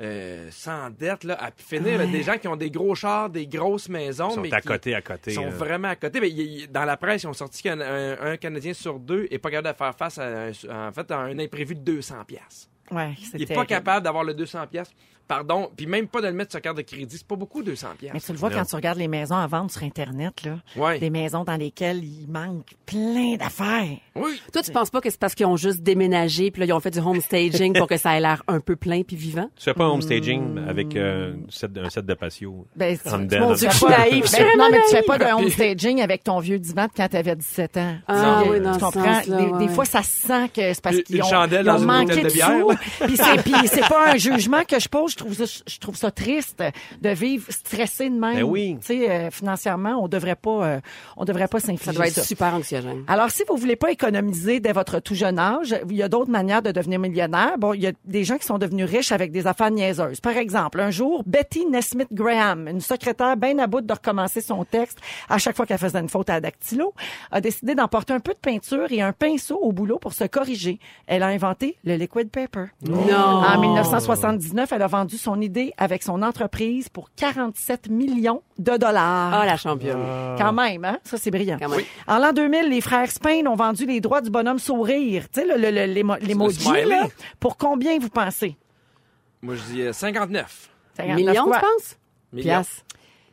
Speaker 5: euh, s'endettent là, à finir. là, des gens qui ont des gros chars, des grosses maisons.
Speaker 4: Ils sont
Speaker 5: mais
Speaker 4: à
Speaker 5: qui-
Speaker 4: côté, à côté. euh,
Speaker 5: sont
Speaker 4: là.
Speaker 5: vraiment à côté. Mais il- il- dans la presse, ils ont sorti qu'un un- un Canadien sur deux est pas capable de faire face à, un, en fait, à un imprévu de 200 pièces.
Speaker 3: Ouais, c'est
Speaker 5: Il est pas
Speaker 3: terrible.
Speaker 5: capable d'avoir le 200 pièces. Pardon, puis même pas de le mettre sur carte de crédit, c'est pas beaucoup 200
Speaker 3: Mais
Speaker 5: pièces.
Speaker 3: tu le vois
Speaker 4: Non.
Speaker 3: quand tu regardes les maisons à vendre sur Internet, là.
Speaker 5: Ouais.
Speaker 3: Des maisons dans lesquelles il manque plein d'affaires.
Speaker 5: Oui.
Speaker 2: Toi, tu penses pas que c'est parce qu'ils ont juste déménagé, puis là, ils ont fait du home staging pour que ça ait l'air un peu plein puis vivant?
Speaker 4: Tu fais pas un home staging avec euh, un set- un set de patio.
Speaker 3: Ben, tu,
Speaker 5: Ah.
Speaker 4: En
Speaker 3: tu-
Speaker 4: dedans,
Speaker 3: mon
Speaker 4: là.
Speaker 3: Dieu,
Speaker 2: Je suis
Speaker 3: pas-
Speaker 2: naïve, je suis
Speaker 3: Ben,
Speaker 2: vraiment
Speaker 3: non, mais tu fais
Speaker 2: naïve.
Speaker 3: pas de home staging avec ton vieux divan de quand t'avais 17 ans.
Speaker 2: Ah
Speaker 3: Tu-
Speaker 2: oui,
Speaker 3: tu
Speaker 2: dans ce
Speaker 3: comprends?
Speaker 2: sens-là,
Speaker 3: des,
Speaker 2: ouais,
Speaker 3: des
Speaker 2: ouais.
Speaker 3: fois, ça se sent que c'est parce
Speaker 5: Une-
Speaker 3: qu'ils
Speaker 5: une
Speaker 3: ont,
Speaker 5: chandelle
Speaker 3: ils ont
Speaker 5: dans une
Speaker 3: manqué
Speaker 5: bouteille
Speaker 3: de
Speaker 5: de bière,
Speaker 3: sous.
Speaker 5: là.
Speaker 3: Puis c'est, puis c'est pas un jugement que je pose. Je trouve ça, je trouve ça triste de vivre stressé de même.
Speaker 4: Ben oui.
Speaker 3: Tu sais, euh, financièrement, on devrait pas, euh, on devrait pas s'infliger
Speaker 2: Ça doit être
Speaker 3: ça.
Speaker 2: super anxiogène.
Speaker 3: Alors, si vous voulez pas économiser dès votre tout jeune âge, il y a d'autres manières de devenir millionnaire. Bon, il y a des gens qui sont devenus riches avec des affaires niaiseuses. Par exemple, un jour, Betty Nesmith Graham, une secrétaire bien à bout de recommencer son texte à chaque fois qu'elle faisait une faute à la dactylo, a décidé d'emporter un peu de peinture et un pinceau au boulot pour se corriger. Elle a inventé le liquid paper.
Speaker 2: Non!
Speaker 3: En 1979, elle a vendu son idée avec son entreprise pour 47 millions de dollars.
Speaker 2: Ah, la championne.
Speaker 3: Quand même, hein? Ça, c'est brillant.
Speaker 2: Quand même. Oui.
Speaker 3: En l'an 2000, les frères Spain ont vendu les droits du bonhomme sourire. Tu sais, le- le- le- l'émo- l'emoji,
Speaker 5: smiley.
Speaker 3: là. Pour combien vous pensez?
Speaker 5: Moi, je dis euh, 59.
Speaker 3: 59
Speaker 2: Millions,
Speaker 3: quoi?
Speaker 2: tu penses?
Speaker 5: Millions.
Speaker 2: Piastres.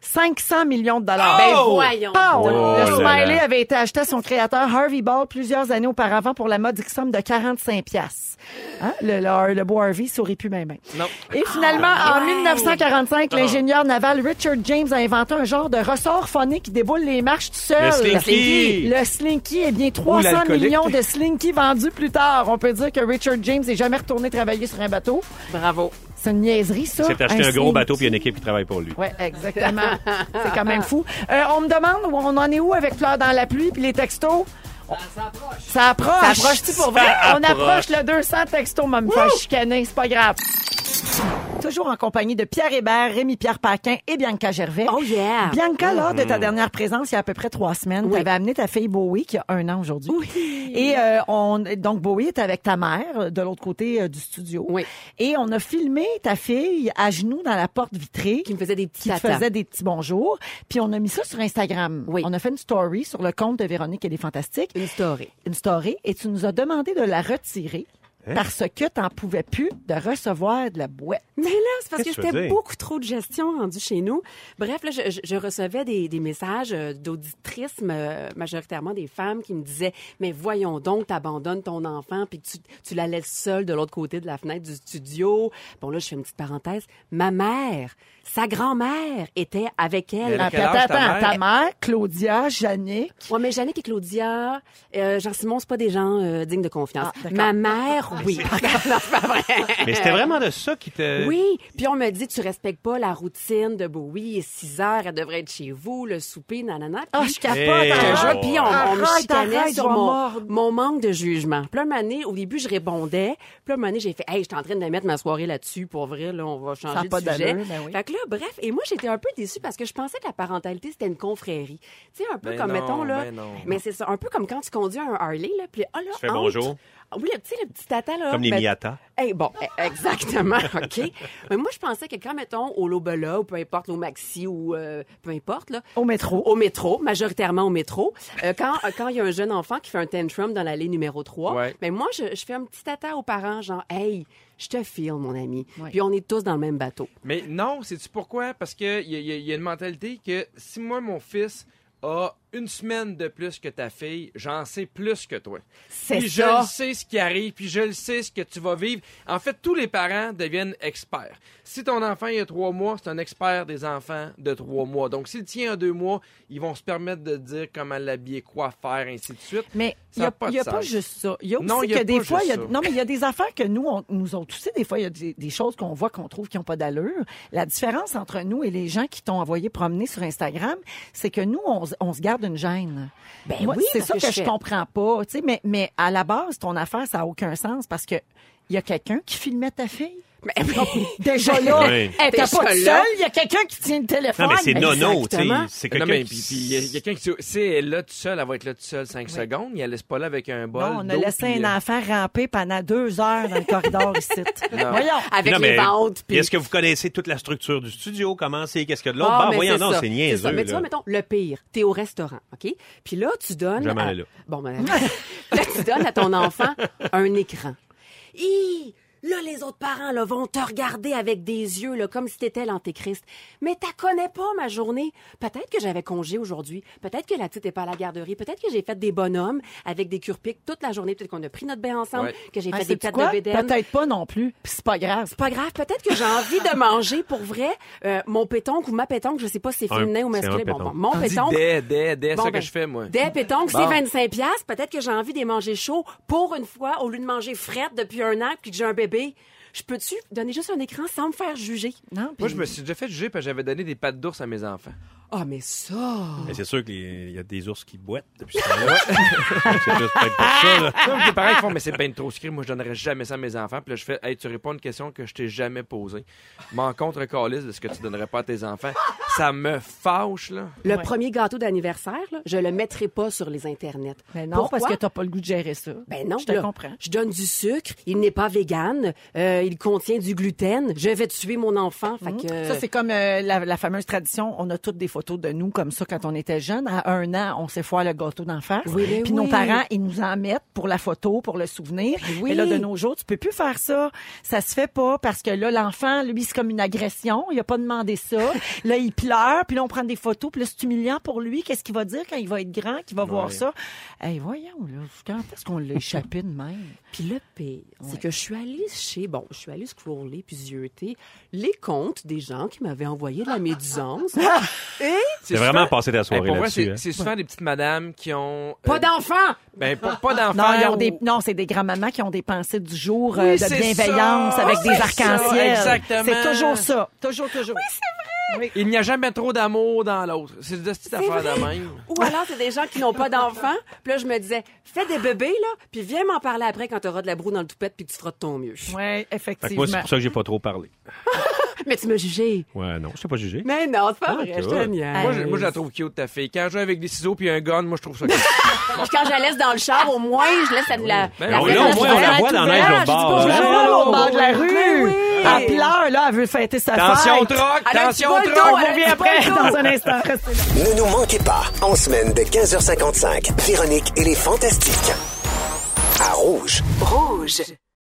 Speaker 3: 500 millions de dollars. Ben,
Speaker 2: voyons.
Speaker 3: Pow!
Speaker 4: Oh
Speaker 3: le
Speaker 4: là
Speaker 3: smiley
Speaker 4: là.
Speaker 3: avait été acheté à son créateur Harvey Ball plusieurs années auparavant pour la modique somme de 45 piastres. Hein? Le, le, le beau Harvey sourit plus même.
Speaker 5: Non.
Speaker 3: Et finalement,
Speaker 4: Ah,
Speaker 3: en 1945, l'ingénieur naval Richard James a inventé un genre de ressort phoné qui déboule les marches tout seul.
Speaker 4: Le slinky.
Speaker 3: Le slinky. Eh bien, 300
Speaker 5: l'alcoolique.
Speaker 3: millions de slinky vendus plus tard. On peut dire que Richard James n'est jamais retourné travailler sur un bateau.
Speaker 2: Bravo.
Speaker 3: C'est une niaiserie, ça.
Speaker 4: <laughs> C'est acheter un, gros
Speaker 3: slinky.
Speaker 4: bateau puis une équipe qui travaille pour lui.
Speaker 3: Ouais, exactement. C'est quand même fou. Euh, on me demande où on en est où avec Fleur dans la pluie puis les textos. Ça approche. Ça approche. tu pour vrai? On approche le 200 textos, m'a me faire chicaner, c'est pas grave. Toujours en compagnie de Pierre Hébert, Rémi-Pierre Paquin et Bianca Gervais.
Speaker 2: Oh, yeah.
Speaker 3: Mm-hmm. Bianca, lors de ta dernière présence, il y a à peu près trois semaines, tu avais amené ta fille Bowie, qui a un an aujourd'hui.
Speaker 10: Et euh, on, donc, Bowie est avec ta mère euh, de l'autre côté euh, du studio. Et on a filmé ta fille à genoux dans la porte vitrée. Qui me faisait des petits
Speaker 2: tatas.
Speaker 10: faisait des petits bonjours. Puis on a mis ça sur Instagram. On a fait une story sur le compte de Véronique et des Fantastiques. Une story. Une story. Et tu nous as demandé de la retirer.
Speaker 2: Hein?
Speaker 10: Parce que t'en pouvais plus de recevoir de la boîte.
Speaker 2: Mais là, c'est parce que
Speaker 10: Qu'est-ce que tu veux
Speaker 2: j'étais
Speaker 10: dire?
Speaker 2: beaucoup trop de gestion rendue chez nous. Bref, là, je, je- je recevais des, des messages euh, d'auditrices, euh, majoritairement des femmes, qui me disaient Mais voyons donc, t'abandonnes ton enfant, puis tu, tu la laisses seule de l'autre côté de la fenêtre du studio. Bon, là, je fais une petite parenthèse. Ma mère, sa grand-mère était avec elle.
Speaker 10: Ah, puis attends, attends, ta mère, Claudia, Jannick.
Speaker 2: Oui, mais Jannick et Claudia, euh, Jean-Simon, c'est pas des gens euh, dignes de confiance. Ma
Speaker 10: d'accord.
Speaker 2: mère, oui. <laughs> Non, Ah, c'est pas vrai.
Speaker 4: Mais c'était vraiment de ça qui te.
Speaker 2: Oui, puis on me dit tu respectes pas la routine de Bowie, il est 6 heures, elle devrait être chez vous, le souper, nanana. Ah,
Speaker 10: je capote,
Speaker 4: Eh
Speaker 10: arrête.
Speaker 2: Puis on, on me
Speaker 10: Arrête,
Speaker 2: chicanait
Speaker 10: arrête,
Speaker 2: sur
Speaker 10: je vais
Speaker 2: mon,
Speaker 10: mordre.
Speaker 2: mon manque de jugement. Puis là, une année, au début, je répondais. Puis là, une année, j'ai fait hey, je suis en train de mettre ma soirée là-dessus, pour vrai, là, on va
Speaker 10: Ça a
Speaker 2: changer de
Speaker 10: pas
Speaker 2: sujet.
Speaker 10: d'allure, ben oui.
Speaker 2: Fait que là, bref, et moi, j'étais un peu déçue parce que je pensais que la parentalité, c'était une confrérie. Tu sais, un peu
Speaker 5: Ben
Speaker 2: comme,
Speaker 5: non,
Speaker 2: mettons, là.
Speaker 5: ben non.
Speaker 2: mais c'est ça, un peu comme quand tu conduis un Harley, là, puis ah, là,
Speaker 4: Tu fais
Speaker 2: entre-
Speaker 4: bonjour.
Speaker 2: Ah Oui, le petit, le petit tata, là.
Speaker 4: Comme les
Speaker 2: ben,
Speaker 4: Miata.
Speaker 2: eh, bon, eh, exactement, <laughs> OK. Mais moi, je pensais que quand, mettons, au Lobela ou peu importe, au Maxi ou euh, peu importe, là.
Speaker 10: Au métro.
Speaker 2: Au métro, majoritairement au métro. euh, quand euh, quand il y a un jeune enfant qui fait un tantrum dans l'allée numéro 3,
Speaker 5: Ouais.
Speaker 2: mais moi, je, je fais un petit tata aux parents, genre, hey, je te file, mon ami. Puis on est tous dans le même bateau.
Speaker 5: Mais non, sais-tu pourquoi? Parce qu'il y, a- y a- y a une mentalité que si moi, mon fils a une semaine de plus que ta fille, j'en sais plus que toi.
Speaker 2: C'est
Speaker 5: puis
Speaker 2: ça.
Speaker 5: je le sais ce qui arrive, puis je le sais ce que tu vas vivre. En fait, tous les parents deviennent experts. Si ton enfant il a trois mois, c'est un expert des enfants de trois mois. Donc, s'il tient a deux mois, ils vont se permettre de dire comment l'habiller, quoi faire, ainsi de suite.
Speaker 10: Mais il
Speaker 5: Ça
Speaker 10: n'y
Speaker 5: a
Speaker 10: a,
Speaker 5: pas de
Speaker 10: y a
Speaker 5: sens.
Speaker 10: pas juste ça. Il y a aussi
Speaker 5: Non, y a
Speaker 10: que
Speaker 5: pas
Speaker 10: des fois,
Speaker 5: juste
Speaker 10: il y a,
Speaker 5: ça.
Speaker 10: non, mais il y a des affaires que nous, on, nous autres aussi, des fois, il y a des, des choses qu'on voit, qu'on trouve qui n'ont pas d'allure. La différence entre nous et les gens qui t'ont envoyé promener sur Instagram, c'est que nous, on, se- on se garde une gêne.
Speaker 2: Ben
Speaker 10: Moi,
Speaker 2: oui,
Speaker 10: c'est
Speaker 2: parce
Speaker 10: ça
Speaker 2: que
Speaker 10: que,
Speaker 2: je
Speaker 10: je,
Speaker 2: fais-
Speaker 10: comprends pas. tu sais, Mais, mais à la base, ton affaire, ça n'a aucun sens parce que il y a quelqu'un qui filmait ta fille.
Speaker 4: <laughs>
Speaker 2: <laughs>
Speaker 10: déjà là,
Speaker 5: Oui.
Speaker 10: elle était pas
Speaker 5: Déjà
Speaker 10: toute
Speaker 5: là.
Speaker 10: seule, il y a quelqu'un qui tient le téléphone.
Speaker 4: Exactement. c'est quelqu'un
Speaker 5: Non, mais
Speaker 4: qui-
Speaker 5: puis- puis il y a- il y a quelqu'un qui dit, si elle est là toute seule, elle va être là toute seule 5 secondes, il la laisse pas là avec un bol.
Speaker 10: Non, on a
Speaker 5: d'eau,
Speaker 10: laissé
Speaker 5: puis,
Speaker 10: un
Speaker 5: euh,
Speaker 10: enfant ramper pendant deux heures dans le corridor
Speaker 2: <laughs>
Speaker 10: ici.
Speaker 4: Non.
Speaker 10: Voyons.
Speaker 4: Non, mais Est-ce que vous connaissez toute la structure du studio? Comment c'est? Qu'est-ce qu'il y a de l'autre?
Speaker 2: Ah,
Speaker 4: Bah,
Speaker 2: mais
Speaker 4: voyons,
Speaker 2: c'est
Speaker 4: non,
Speaker 2: ça,
Speaker 4: c'est
Speaker 2: ça.
Speaker 4: niaiseux.
Speaker 2: Mais tu vois,
Speaker 4: là.
Speaker 2: mettons, le pire, t'es au restaurant, OK? Puis là, tu donnes...
Speaker 4: Jamais
Speaker 2: à-
Speaker 4: aller là.
Speaker 2: Bon, ben, <laughs> là, tu donnes à ton enfant un écran. Hi! Là, les autres parents là, vont te regarder avec des yeux là, comme si t'étais l'antéchrist. Mais t'as connais pas ma journée. Peut-être que j'avais congé aujourd'hui. Peut-être que la petite est pas à la garderie. Peut-être que j'ai fait des bonhommes avec des curpics toute la journée. Peut-être qu'on a pris notre bain ensemble,
Speaker 10: Ouais.
Speaker 2: que j'ai
Speaker 10: Ah,
Speaker 2: fait des
Speaker 10: sais-tu
Speaker 2: têtes
Speaker 10: quoi?
Speaker 2: de bédaine.
Speaker 10: Peut-être pas non plus. Puis c'est pas grave.
Speaker 2: C'est pas grave. Peut-être que j'ai envie de manger pour vrai euh, mon pétoncle ou ma pétonque. Je sais pas si c'est
Speaker 5: Un-
Speaker 2: féminin ou
Speaker 5: c'est un
Speaker 2: masculin. Bon,
Speaker 5: pétoncle.
Speaker 2: bon, mon
Speaker 5: On dit
Speaker 2: pétoncle.
Speaker 5: des, des, des, ça que
Speaker 2: ben,
Speaker 5: je fais, moi.
Speaker 2: Des pétonques,
Speaker 5: Bon.
Speaker 2: c'est 25$. piastres. Peut-être que j'ai envie de les manger chaud pour une fois au lieu de manger frette depuis un an puis que j'ai un bébé. Je peux-tu donner juste un écran sans me faire juger? Non,
Speaker 5: Moi, je me suis déjà fait juger parce que j'avais donné des pattes d'ours à mes
Speaker 10: <laughs>
Speaker 5: enfants.
Speaker 2: Ah, mais ça!
Speaker 4: Mais c'est sûr qu'il y a des ours qui boitent depuis ce
Speaker 2: <laughs>
Speaker 4: temps-là. c'est juste peut-être pour ça. là.
Speaker 5: Comme les parents qui font, mais c'est bien trop script, moi je donnerais jamais ça à mes enfants. Puis là, je fais, hey, tu réponds à une question que je t'ai jamais posée. M'en contre calice de ce que tu donnerais pas à tes enfants. Ça me fâche, là.
Speaker 2: Le premier gâteau d'anniversaire, là, je le mettrai pas sur les internets. Mais
Speaker 10: non, parce que t'as pas le goût de gérer ça.
Speaker 2: Ben non,
Speaker 10: Je te
Speaker 2: là,
Speaker 10: comprends.
Speaker 2: Je donne du sucre, il n'est pas vegan, euh, il contient du gluten, je vais tuer mon enfant. Fait que...
Speaker 10: Mhm. Ça, c'est comme euh, la, la fameuse tradition. On a toutes des photos de nous comme ça quand on était jeunes. À un an, on s'est foire le gâteau d'en face.
Speaker 2: Oui, ben
Speaker 10: Puis
Speaker 2: oui. Ben
Speaker 10: nos parents, ils nous en mettent pour la photo, pour le souvenir.
Speaker 2: oui.
Speaker 10: Et là, de nos jours, tu peux plus faire ça. Ça se fait pas parce que là, l'enfant, lui, c'est comme une agression. Il a pas
Speaker 2: <laughs>
Speaker 10: demandé ça. là, il pleure. Puis là, on prend des photos. Puis là, c'est humiliant pour lui. Qu'est-ce qu'il va dire quand il va être grand, qu'il va voir
Speaker 2: Ouais.
Speaker 10: ça? Hey, voyons, là. Quand est-ce qu'on l'a échappé de même?
Speaker 2: Puis le pire, c'est que je suis allée chez, bon, je suis allée scroller puis zioter les comptes des gens qui m'avaient envoyé de la <laughs> médisance. Et
Speaker 4: C'est vraiment passé ta soirée
Speaker 5: Hey, pour vrai,
Speaker 4: là-dessus.
Speaker 5: c'est-
Speaker 4: hein.
Speaker 5: C'est souvent des petites madames qui ont. euh,
Speaker 2: pas d'enfants!
Speaker 5: Ben, pas, pas d'enfants.
Speaker 10: <laughs> Non, ils ont
Speaker 5: ou-
Speaker 10: des, non, c'est des grands-mamans qui ont des pensées du jour
Speaker 5: Oui,
Speaker 10: euh, de
Speaker 5: c'est
Speaker 10: bienveillance
Speaker 5: ça.
Speaker 10: avec
Speaker 5: Oui,
Speaker 10: des
Speaker 5: c'est
Speaker 10: arcs-en-ciel.
Speaker 5: ça, exactement.
Speaker 10: C'est toujours ça. Toujours, toujours. Oui,
Speaker 5: c'est vrai. Il n'y a jamais trop d'amour dans l'autre. C'est de cette affaire de
Speaker 2: vrai.
Speaker 5: même.
Speaker 2: Ou alors, c'est des gens qui n'ont pas d'enfants. Puis là, je me disais, fais des bébés, là, puis viens m'en parler après quand t'auras de la broue dans le toupette puis que tu feras de ton mieux.
Speaker 10: Oui,
Speaker 4: Fait que moi, c'est
Speaker 10: effectivement.
Speaker 4: pour ça que j'ai pas trop parlé.
Speaker 2: Mais tu m'as jugé.
Speaker 4: Ouais, non, je t'ai pas jugé.
Speaker 2: Mais non, c'est
Speaker 4: Ah,
Speaker 2: pas vrai, je
Speaker 4: toi.
Speaker 2: te niaise.
Speaker 5: Moi, je, moi, je la trouve cute, ta fille. Quand je joue avec des ciseaux puis un gun, moi, je trouve ça cute.
Speaker 2: Quand je la laisse dans le char, au moins, je laisse la. la,
Speaker 5: Ben
Speaker 2: la
Speaker 5: oui, au moins, on la voit dans la neige, l'autre bord,
Speaker 10: Je
Speaker 5: là.
Speaker 10: la vois là, au bord de la
Speaker 5: Ben
Speaker 10: rue.
Speaker 2: oui.
Speaker 10: Elle pleure, là, elle veut fêter sa
Speaker 5: Attention,
Speaker 10: fête.
Speaker 5: troc,
Speaker 10: Elle a
Speaker 5: attention,
Speaker 10: du bon
Speaker 5: troc.
Speaker 10: dos, elle
Speaker 5: On
Speaker 10: a du
Speaker 5: revient
Speaker 10: bon
Speaker 5: après,
Speaker 10: dos. dans un instant. Restez là.
Speaker 1: Ne nous manquez pas, en semaine de 15h55, Véronique et les Fantastiques. À Rouge.
Speaker 11: Rouge.